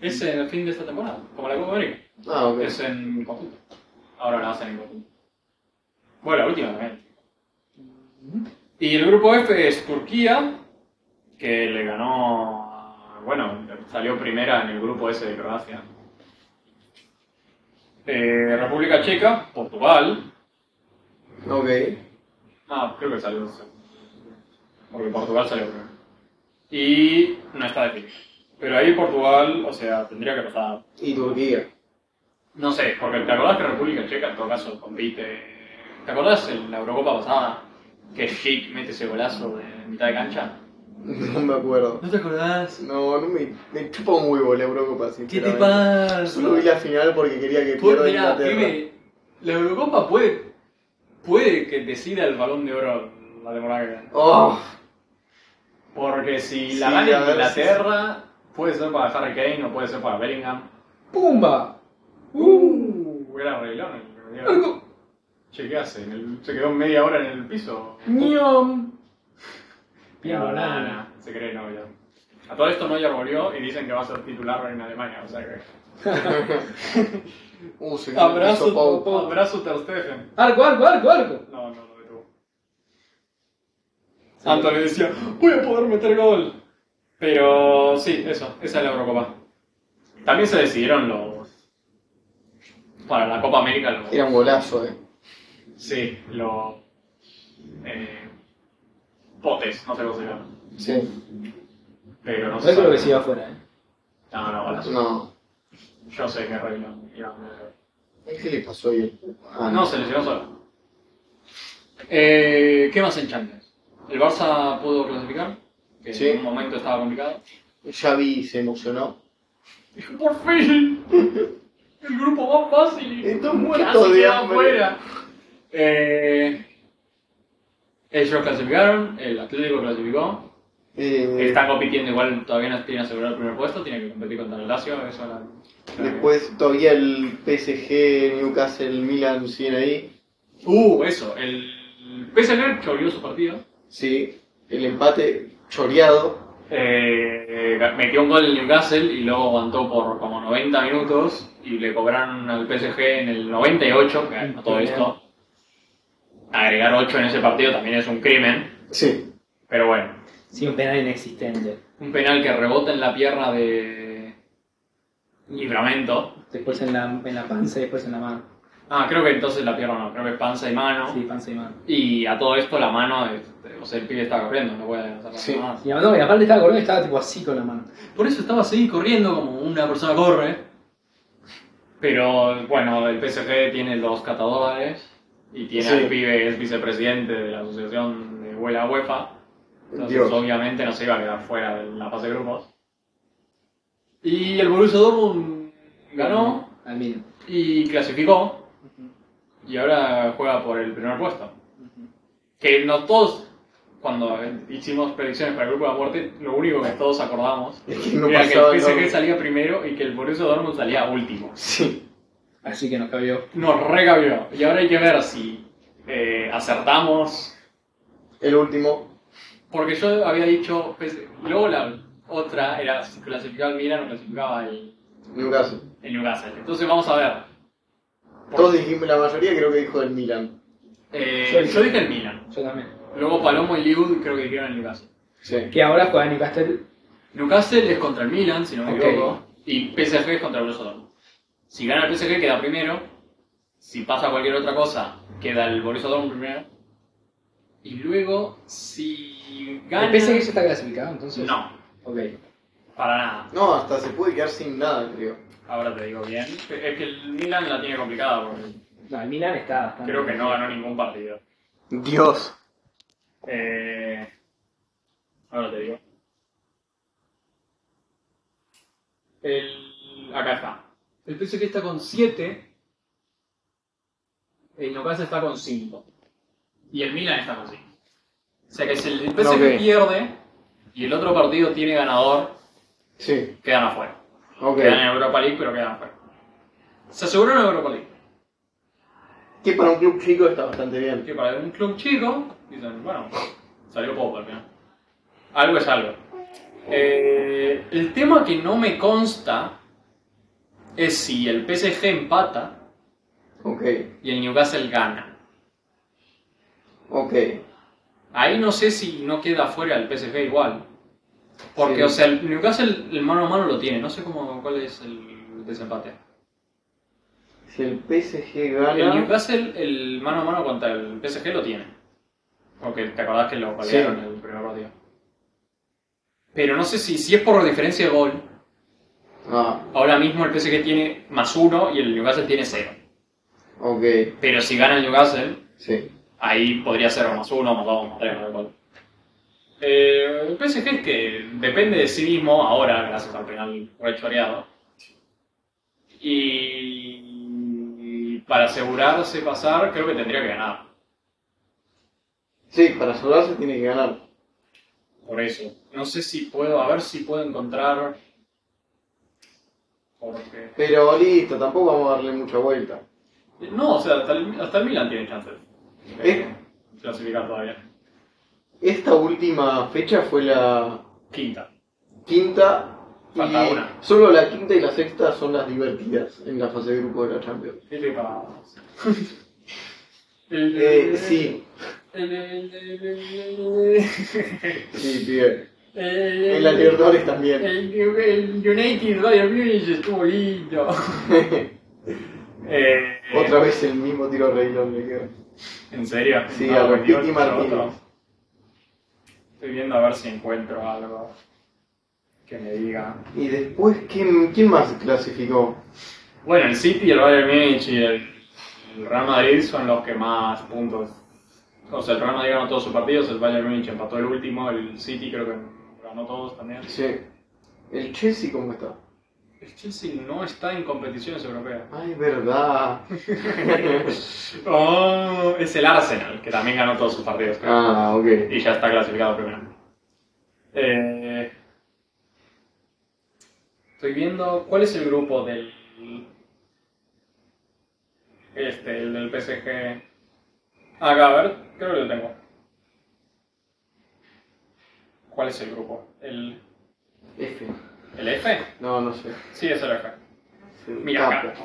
Speaker 3: Es en el fin de esta temporada, como la Copa América.
Speaker 1: Ah, ok.
Speaker 3: Es en conjunto. Ahora la hacen en conjunto. Bueno, la última también. Y el grupo F es Turquía, que le ganó. a- Bueno, salió primera en el grupo S de Croacia. Eh, República Checa, Portugal.
Speaker 1: Ok.
Speaker 3: Ah, creo que salió. sí. Porque Portugal salió primero. Y no está definido. Pero ahí Portugal, o sea, tendría que pasar
Speaker 1: Y Turquía.
Speaker 3: No sé, porque te acordás que República Checa en todo caso compite. ¿Te acordás en la Eurocopa pasada que Sheik mete ese golazo de mitad de cancha?
Speaker 1: No me acuerdo.
Speaker 3: ¿No te acordás?
Speaker 1: No, no me, me chupa un huevo la Eurocopa,
Speaker 3: ¿Qué te
Speaker 1: sinceramente.
Speaker 3: pasa?
Speaker 1: Solo vi la final porque quería que
Speaker 3: Pues,
Speaker 1: pierda
Speaker 3: mirá,
Speaker 1: Inglaterra.
Speaker 3: pibe, la Eurocopa puede, puede que decida el balón de oro la temporada que viene.
Speaker 1: Oh,
Speaker 3: Porque si la
Speaker 1: Sí,
Speaker 3: gana
Speaker 1: a ver,
Speaker 3: Inglaterra, puede ser para Harry Kane o puede ser para Bellingham.
Speaker 5: ¡Pumba!
Speaker 3: Uh, era Reilón el que
Speaker 5: Algo-
Speaker 3: Che, ¿qué hace? En el- se quedó media hora en el piso.
Speaker 5: ¡Ñom! Bien,
Speaker 3: No,
Speaker 5: banana.
Speaker 3: no, no, se cree Neuer. A todo esto Neuer volvió y dicen que va a ser titular en Alemania, o sea que...
Speaker 1: uh, se
Speaker 5: Abrazo,
Speaker 1: hizo Pau.
Speaker 5: papá.
Speaker 3: Abrazo Ter Stegen.
Speaker 5: ¡Arco, arco, arco, arco!
Speaker 3: No, no, lo detuvo. Antonio decía, voy a poder meter gol. Pero sí, eso, esa es la Eurocopa. También se decidieron los... Para la Copa América los...
Speaker 1: Era un golazo, eh.
Speaker 3: Sí, los... Eh, potes, no sé cómo se llama.
Speaker 1: Sí.
Speaker 3: Pero no
Speaker 5: Yo
Speaker 3: sé.
Speaker 5: creo que sí va afuera, eh.
Speaker 3: No, no, golazo.
Speaker 1: No.
Speaker 3: Yo sé que Reilón iba a meter gol.
Speaker 1: ¿Qué le pasó hoy? Ah,
Speaker 3: No, se lesionó solo. Eh, ¿Qué más en Champions? ¿El Barça pudo clasificar? Que
Speaker 1: Sí.
Speaker 3: en un momento estaba complicado.
Speaker 1: Xavi se emocionó.
Speaker 3: Dijo, ¡por fin! El grupo más fácil.
Speaker 1: Estoy
Speaker 3: Casi
Speaker 1: muerto de
Speaker 3: queda
Speaker 1: hambre.
Speaker 3: fuera. Eh, ellos clasificaron, el Atlético clasificó.
Speaker 1: Eh,
Speaker 3: Está compitiendo igual, todavía no tiene asegurado el primer puesto, tiene que competir contra el Lazio, eso la-
Speaker 1: Después todavía el PSG, Newcastle, Milan siguen ahí.
Speaker 3: Uh, eso, el PSG choreó su partido.
Speaker 1: Sí. El empate choreado.
Speaker 3: Eh, metió un gol en Newcastle y luego aguantó por como 90 minutos y le cobraron al PSG en el 98, que a todo esto. Agregar 8 en ese partido también es un crimen,
Speaker 1: Sí.
Speaker 3: pero bueno.
Speaker 2: Sí, un penal inexistente.
Speaker 3: Un penal que rebota en la pierna de Libramento.
Speaker 2: Después en la, en la panza y después en la mano.
Speaker 3: Ah, creo que entonces la pierna no, creo que es panza y mano.
Speaker 2: Sí, panza y mano.
Speaker 3: Y a todo esto la mano, este, o sea, el pibe estaba corriendo, no puede hacer nada
Speaker 1: Sí.
Speaker 3: más.
Speaker 2: Y, no, y aparte estaba corriendo y estaba tipo así con la mano.
Speaker 3: ¿eh? Por eso estaba así corriendo como una persona corre. Pero bueno, el PSF tiene dos catadores y tiene
Speaker 1: Sí.
Speaker 3: al pibe, es vicepresidente de la asociación de Huela UEFA. Entonces,
Speaker 1: Dios.
Speaker 3: obviamente, no se iba a quedar fuera de la fase de grupos. Y el Borussia Dortmund ganó
Speaker 5: Al Milan.
Speaker 3: y clasificó. Y ahora juega por el primer puesto. Que no todos, cuando hicimos predicciones para el grupo de la muerte, lo único que todos acordamos
Speaker 1: Es que no
Speaker 3: era que
Speaker 1: pasaba
Speaker 3: el PSG
Speaker 1: nada.
Speaker 3: salía primero y que el Borussia Dortmund salía último.
Speaker 1: Sí.
Speaker 5: Así que nos cabió.
Speaker 3: Nos regabió. Y ahora hay que ver si eh, acertamos.
Speaker 1: El último.
Speaker 3: Porque yo había dicho. pues, luego la otra era si clasificaba el Milan o clasificaba el,
Speaker 1: Newcastle.
Speaker 3: el Newcastle. Entonces vamos a ver.
Speaker 1: Todos dijimos, la mayoría creo que dijo el Milan.
Speaker 3: Eh, yo dije el Milan.
Speaker 5: Yo también.
Speaker 3: Luego Palomo y Liud creo que dijeron el Newcastle.
Speaker 1: Sí.
Speaker 5: Que ahora juega Newcastle.
Speaker 3: Newcastle es contra el Milan, si no me
Speaker 5: Ok.
Speaker 3: equivoco. Y PSG es contra el Borussia Dortmund. Si gana el PSG queda primero. Si pasa cualquier otra cosa, queda el Borussia Dortmund primero. Y luego, si gana...
Speaker 5: El PSG ya está clasificado, entonces.
Speaker 3: No,
Speaker 5: Ok.
Speaker 3: para nada.
Speaker 1: No, hasta se puede quedar sin nada, creo.
Speaker 3: Ahora te digo bien. Es que el Milan la tiene complicada porque
Speaker 5: No, el Milan está bastante.
Speaker 3: creo que no ganó ningún partido.
Speaker 1: Dios.
Speaker 3: Eh, ahora te digo. El, acá está. El PSG está con 7. El Newcastle está con 5. Y el Milan está con 5. O sea que si el PSG
Speaker 1: Ok.
Speaker 3: pierde y el otro partido tiene ganador,
Speaker 1: Sí.
Speaker 3: quedan afuera.
Speaker 1: Ok.
Speaker 3: Quedan en Europa League, pero quedan afuera. Se aseguró en Europa League.
Speaker 1: Que para un club chico está bastante bien.
Speaker 3: que para un club chico, dicen, bueno, salió poco al final. Algo es algo. Eh, el tema que no me consta es si el PSG empata
Speaker 1: Ok.
Speaker 3: y el Newcastle gana.
Speaker 1: Ok.
Speaker 3: Ahí no sé si no queda fuera el PSG igual. Porque,
Speaker 1: Sí.
Speaker 3: o sea, el Newcastle el mano a mano lo tiene. No sé cómo, cuál es el desempate.
Speaker 1: Si el PSG
Speaker 3: El
Speaker 1: gana.
Speaker 3: Newcastle, el mano a mano contra el PSG lo tiene. Porque te acordás que lo
Speaker 1: Sí.
Speaker 3: paliaron en el primer partido. Pero no sé si, si es por diferencia de gol.
Speaker 1: Ah,
Speaker 3: Ahora mismo el PSG tiene más uno y el Newcastle tiene cero.
Speaker 1: ok.
Speaker 3: Pero si gana el Newcastle,
Speaker 1: Sí.
Speaker 3: ahí podría ser o más uno, más dos, más tres, más cuatro. Eh, el PSG es que depende de sí mismo ahora, gracias al penal rechoreado. Y para asegurarse pasar, creo que tendría que ganar.
Speaker 1: Sí, para salvarse tiene que ganar.
Speaker 3: Por eso. No sé si puedo, a ver si puedo encontrar. Porque.
Speaker 1: Pero listo, tampoco vamos a darle mucha vuelta.
Speaker 3: No, o sea, hasta el, hasta el Milan tiene chances. de
Speaker 1: ¿Eh?
Speaker 3: Clasificar todavía.
Speaker 1: Esta última fecha fue la
Speaker 3: Quinta.
Speaker 1: quinta. y
Speaker 3: Falta una.
Speaker 1: Solo la quinta y la sexta son las divertidas en la fase de grupo de la Champions.
Speaker 3: Vete Este para. El-
Speaker 1: Eh, sí,
Speaker 3: el- el- el- el-
Speaker 1: sí, bien.
Speaker 3: el-
Speaker 1: En la Libertadores también.
Speaker 3: El, el United Bayern Munich estuvo lindo. Eh,
Speaker 1: Otra vez el mismo tiro reilón le quedó.
Speaker 3: ¿En serio?
Speaker 1: Sí,
Speaker 3: No,
Speaker 1: a los
Speaker 3: 28
Speaker 1: Titi Martínez.
Speaker 3: otros. Estoy viendo a ver si encuentro algo que me diga.
Speaker 1: Y después, ¿quién, quién más clasificó?
Speaker 3: Bueno, el City, el Bayern Múnich y el, el Real Madrid son los que más puntos. O sea, el Real Madrid ganó todos sus partidos, el Bayern Múnich empató el último, el City creo que ganó todos también.
Speaker 1: Sí. ¿El Chelsea cómo está?
Speaker 3: El Chelsea no está en competiciones europeas.
Speaker 1: Ay, Ah, verdad.
Speaker 3: Oh, es el Arsenal, que también ganó todos sus partidos. creo.
Speaker 1: ah, ok.
Speaker 3: Y ya está clasificado primero. Eh, estoy viendo cuál es el grupo del. Este, el del PSG. Acá, Ah, a ver, creo que lo tengo. ¿Cuál es el grupo? ¿El,
Speaker 1: F.
Speaker 3: el F?
Speaker 1: No, no sé.
Speaker 3: Sí, es el F.
Speaker 1: Sí,
Speaker 3: Mira acá.
Speaker 1: capo.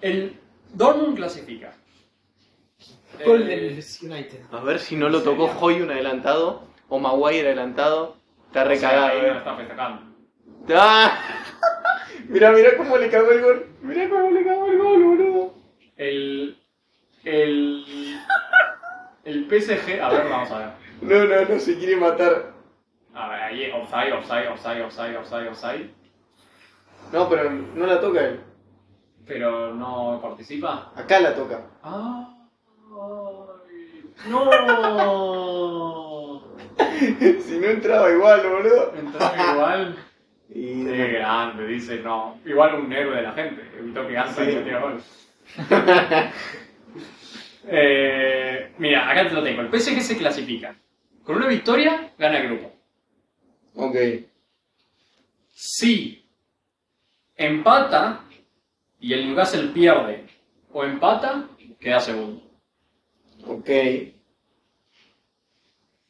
Speaker 3: El Dortmund clasifica.
Speaker 4: Gol
Speaker 3: Eh,
Speaker 4: del United.
Speaker 1: A ver si no lo tocó Hoy un adelantado o Maguire adelantado. Está
Speaker 3: o sea,
Speaker 1: recagado.
Speaker 3: ahí
Speaker 1: eh.
Speaker 3: no está festejando.
Speaker 1: ¡Ah! Mirá, mirá cómo le cagó el gol. Mirá cómo le cagó el gol, boludo.
Speaker 3: El. El. El PSG. A ver, vamos a ver.
Speaker 1: No, no, no, se quiere matar.
Speaker 3: A ver, ahí, offside, offside, offside, offside, offside, offside.
Speaker 1: No, pero no la toca él.
Speaker 3: pero no participa.
Speaker 1: Acá la toca.
Speaker 3: ¡Ah! ay, ¡No!
Speaker 1: si no entraba igual, boludo.
Speaker 3: Entraba igual.
Speaker 1: Y
Speaker 3: Sí, grande, dice, no. Igual un héroe de la gente. Evitó que Gansa
Speaker 1: Sí.
Speaker 3: le metiera gol. Eh, mira, acá te lo tengo. El PSG se clasifica. Con una victoria, gana el grupo.
Speaker 1: Ok.
Speaker 3: Si empata y el Newcastle pierde o empata, queda segundo.
Speaker 1: Ok.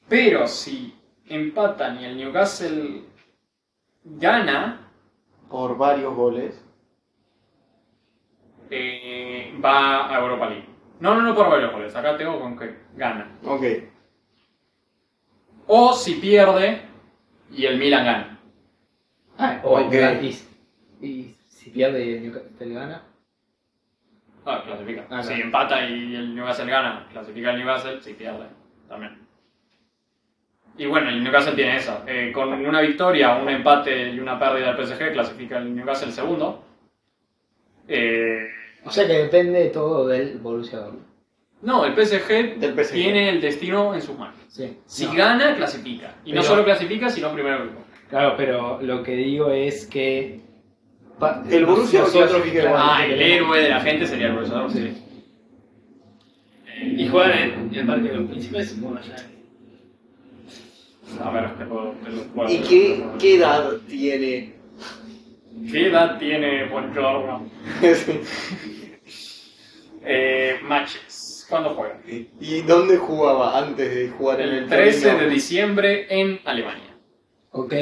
Speaker 3: Pero si empatan y el Newcastle gana,
Speaker 1: Por varios goles.
Speaker 3: eh, va a Europa League. No, no, no por varios goles. Acá tengo con que gana.
Speaker 1: Ok.
Speaker 3: O si pierde y el Milan gana.
Speaker 5: Ah, o
Speaker 1: Ok.
Speaker 5: y, y si pierde el Newcastle gana.
Speaker 3: Ah, clasifica.
Speaker 5: Ah,
Speaker 3: si
Speaker 5: claro.
Speaker 3: empata y el Newcastle gana, clasifica el Newcastle. Si pierde, también. Y bueno, el Newcastle tiene eso. Eh, con una victoria, un empate y una pérdida del PSG, clasifica el Newcastle segundo. Eh,
Speaker 5: O sea que depende todo del Borussia Dortmund.
Speaker 3: no, el PSG,
Speaker 1: Del PSG.
Speaker 3: tiene el destino en sus manos.
Speaker 5: Sí.
Speaker 3: Si
Speaker 5: No.
Speaker 3: gana, clasifica. Y no
Speaker 5: Pero-
Speaker 3: solo clasifica, sino primero grupo.
Speaker 5: Claro, pero lo que digo es que. pa-
Speaker 1: El Borussia
Speaker 5: nosotros-
Speaker 1: o otro que quiera.
Speaker 5: Claro,
Speaker 3: Ah, el héroe de la gente sería el profesor. Sí.
Speaker 4: Y juegan en el Parque de los Príncipes. Bueno, ya.
Speaker 3: A ver, te puedo. te lo puedo
Speaker 1: ¿Y
Speaker 3: hacer.
Speaker 1: qué, qué edad tiene?
Speaker 3: ¿Qué edad tiene Buongiorno? Eh, matches. ¿Cuándo juega?
Speaker 1: ¿Y dónde jugaba antes de jugar en
Speaker 3: El
Speaker 1: el
Speaker 3: 13
Speaker 1: Torino?
Speaker 3: de diciembre en Alemania.
Speaker 5: Ok,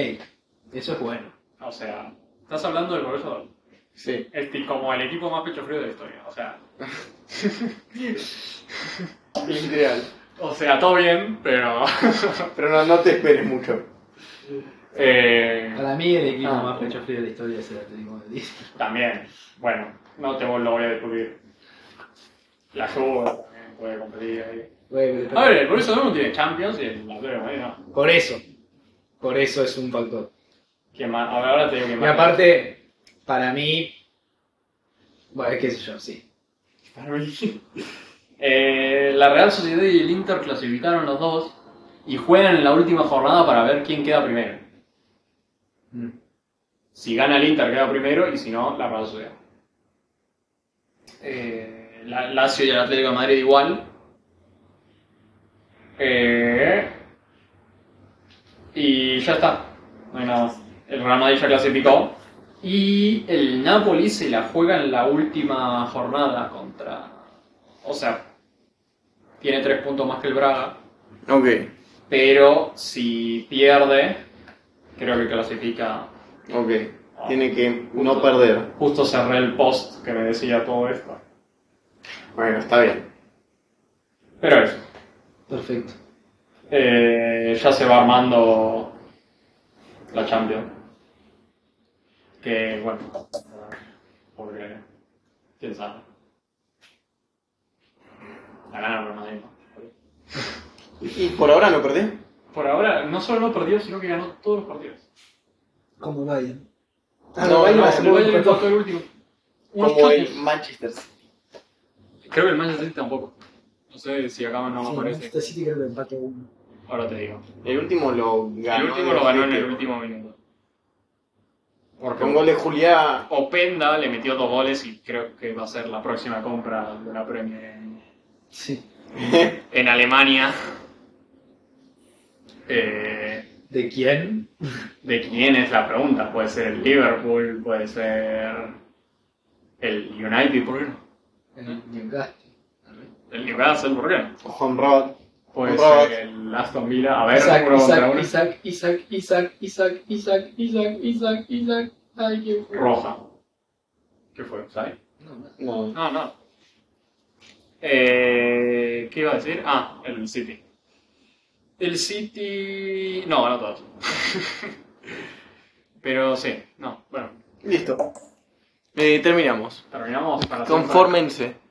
Speaker 5: eso es bueno.
Speaker 3: O sea, estás hablando del Borussia Dortmund.
Speaker 1: Sí.
Speaker 3: Este, como el equipo más pecho frío de la historia. O sea,
Speaker 1: Literal.
Speaker 3: o sea todo bien, pero...
Speaker 1: Pero no, no te esperes mucho.
Speaker 3: eh,
Speaker 5: Para mí, el equipo
Speaker 3: Ah.
Speaker 5: más pecho frío de la historia es el Atlético de Madrid.
Speaker 3: También, bueno, no te lo voy a descubrir. La Juve también puede competir ahí.
Speaker 5: Bueno, pero-
Speaker 3: A ver, el Borussia Dortmund tiene Champions y el Atlético de Madrid no.
Speaker 5: Por eso. Por eso es un factor.
Speaker 3: ¿Quién más? A ver, ahora te digo quién
Speaker 5: Y
Speaker 3: más.
Speaker 5: aparte, para mí. Bueno, qué sé yo, sí.
Speaker 3: Para mí. Eh, la Real Sociedad y el Inter clasificaron los dos y juegan en la última jornada para ver quién queda primero.
Speaker 5: Mm.
Speaker 3: Si gana el Inter queda primero y si no, la Real Sociedad. Eh, la Lazio y el Atlético de Madrid igual. Eh, y ya está. No hay nada más. El Real Madrid ya clasificó. Y el Napoli se la juega en la última jornada contra. O sea, tiene tres puntos más que el Braga.
Speaker 1: Ok.
Speaker 3: Pero si pierde, creo que clasifica.
Speaker 1: Ok. Tiene que no perder.
Speaker 3: Justo cerré el post que me decía todo esto.
Speaker 1: Bueno, está bien.
Speaker 3: Pero eso.
Speaker 5: Perfecto.
Speaker 3: Eh, ya se va armando la Champions. Que bueno. Porque. Quién sabe. La gana el Madrid. ¿no?
Speaker 1: ¿Y por ahora no perdés?
Speaker 3: Por ahora, no solo no perdió, sino que ganó todos los partidos.
Speaker 5: Como Bayern.
Speaker 1: Ah, No,
Speaker 5: Bayern
Speaker 1: no,
Speaker 5: hace
Speaker 3: el Bayern
Speaker 5: poco
Speaker 3: empató
Speaker 5: empató.
Speaker 3: el último. Unos
Speaker 1: Como el
Speaker 3: choques.
Speaker 1: Manchester City.
Speaker 3: Creo que el Manchester City tampoco. No sé si acá no
Speaker 5: Sí,
Speaker 3: aparece.
Speaker 5: Manchester City creo que empató uno.
Speaker 3: Ahora te digo.
Speaker 1: El último lo ganó.
Speaker 3: el último lo ganó en el último minuto. Porque
Speaker 1: Con gol de Juliá.
Speaker 3: Openda le metió dos goles y creo que va a ser la próxima compra de la Premier en,
Speaker 5: Sí.
Speaker 3: en Alemania. Eh,
Speaker 5: ¿De quién?
Speaker 3: ¿De quién es la pregunta? Puede ser el Liverpool, puede ser el United, ¿por qué no?
Speaker 5: El Newcastle.
Speaker 3: El Newcastle, ¿por qué no?
Speaker 1: Juan Rod.
Speaker 3: Puede
Speaker 1: Rock.
Speaker 3: ser Pues, eh, el Aston Villa. A ver,
Speaker 5: Isaac,
Speaker 3: uno contra
Speaker 5: Isaac,
Speaker 3: uno.
Speaker 5: Isaac, Isaac, Isaac, Isaac, Isaac, Isaac, Isaac, Isaac. Ay, qué fue.
Speaker 3: Roja. ¿Qué fue? ¿Sai?
Speaker 1: No.
Speaker 3: No, no. Eh, ¿Qué iba a decir? Ah, el City. El City. No, no todos. Pero sí, no. Bueno,
Speaker 1: Listo. Eh, terminamos.
Speaker 3: terminamos para hacer-
Speaker 1: Confórmense.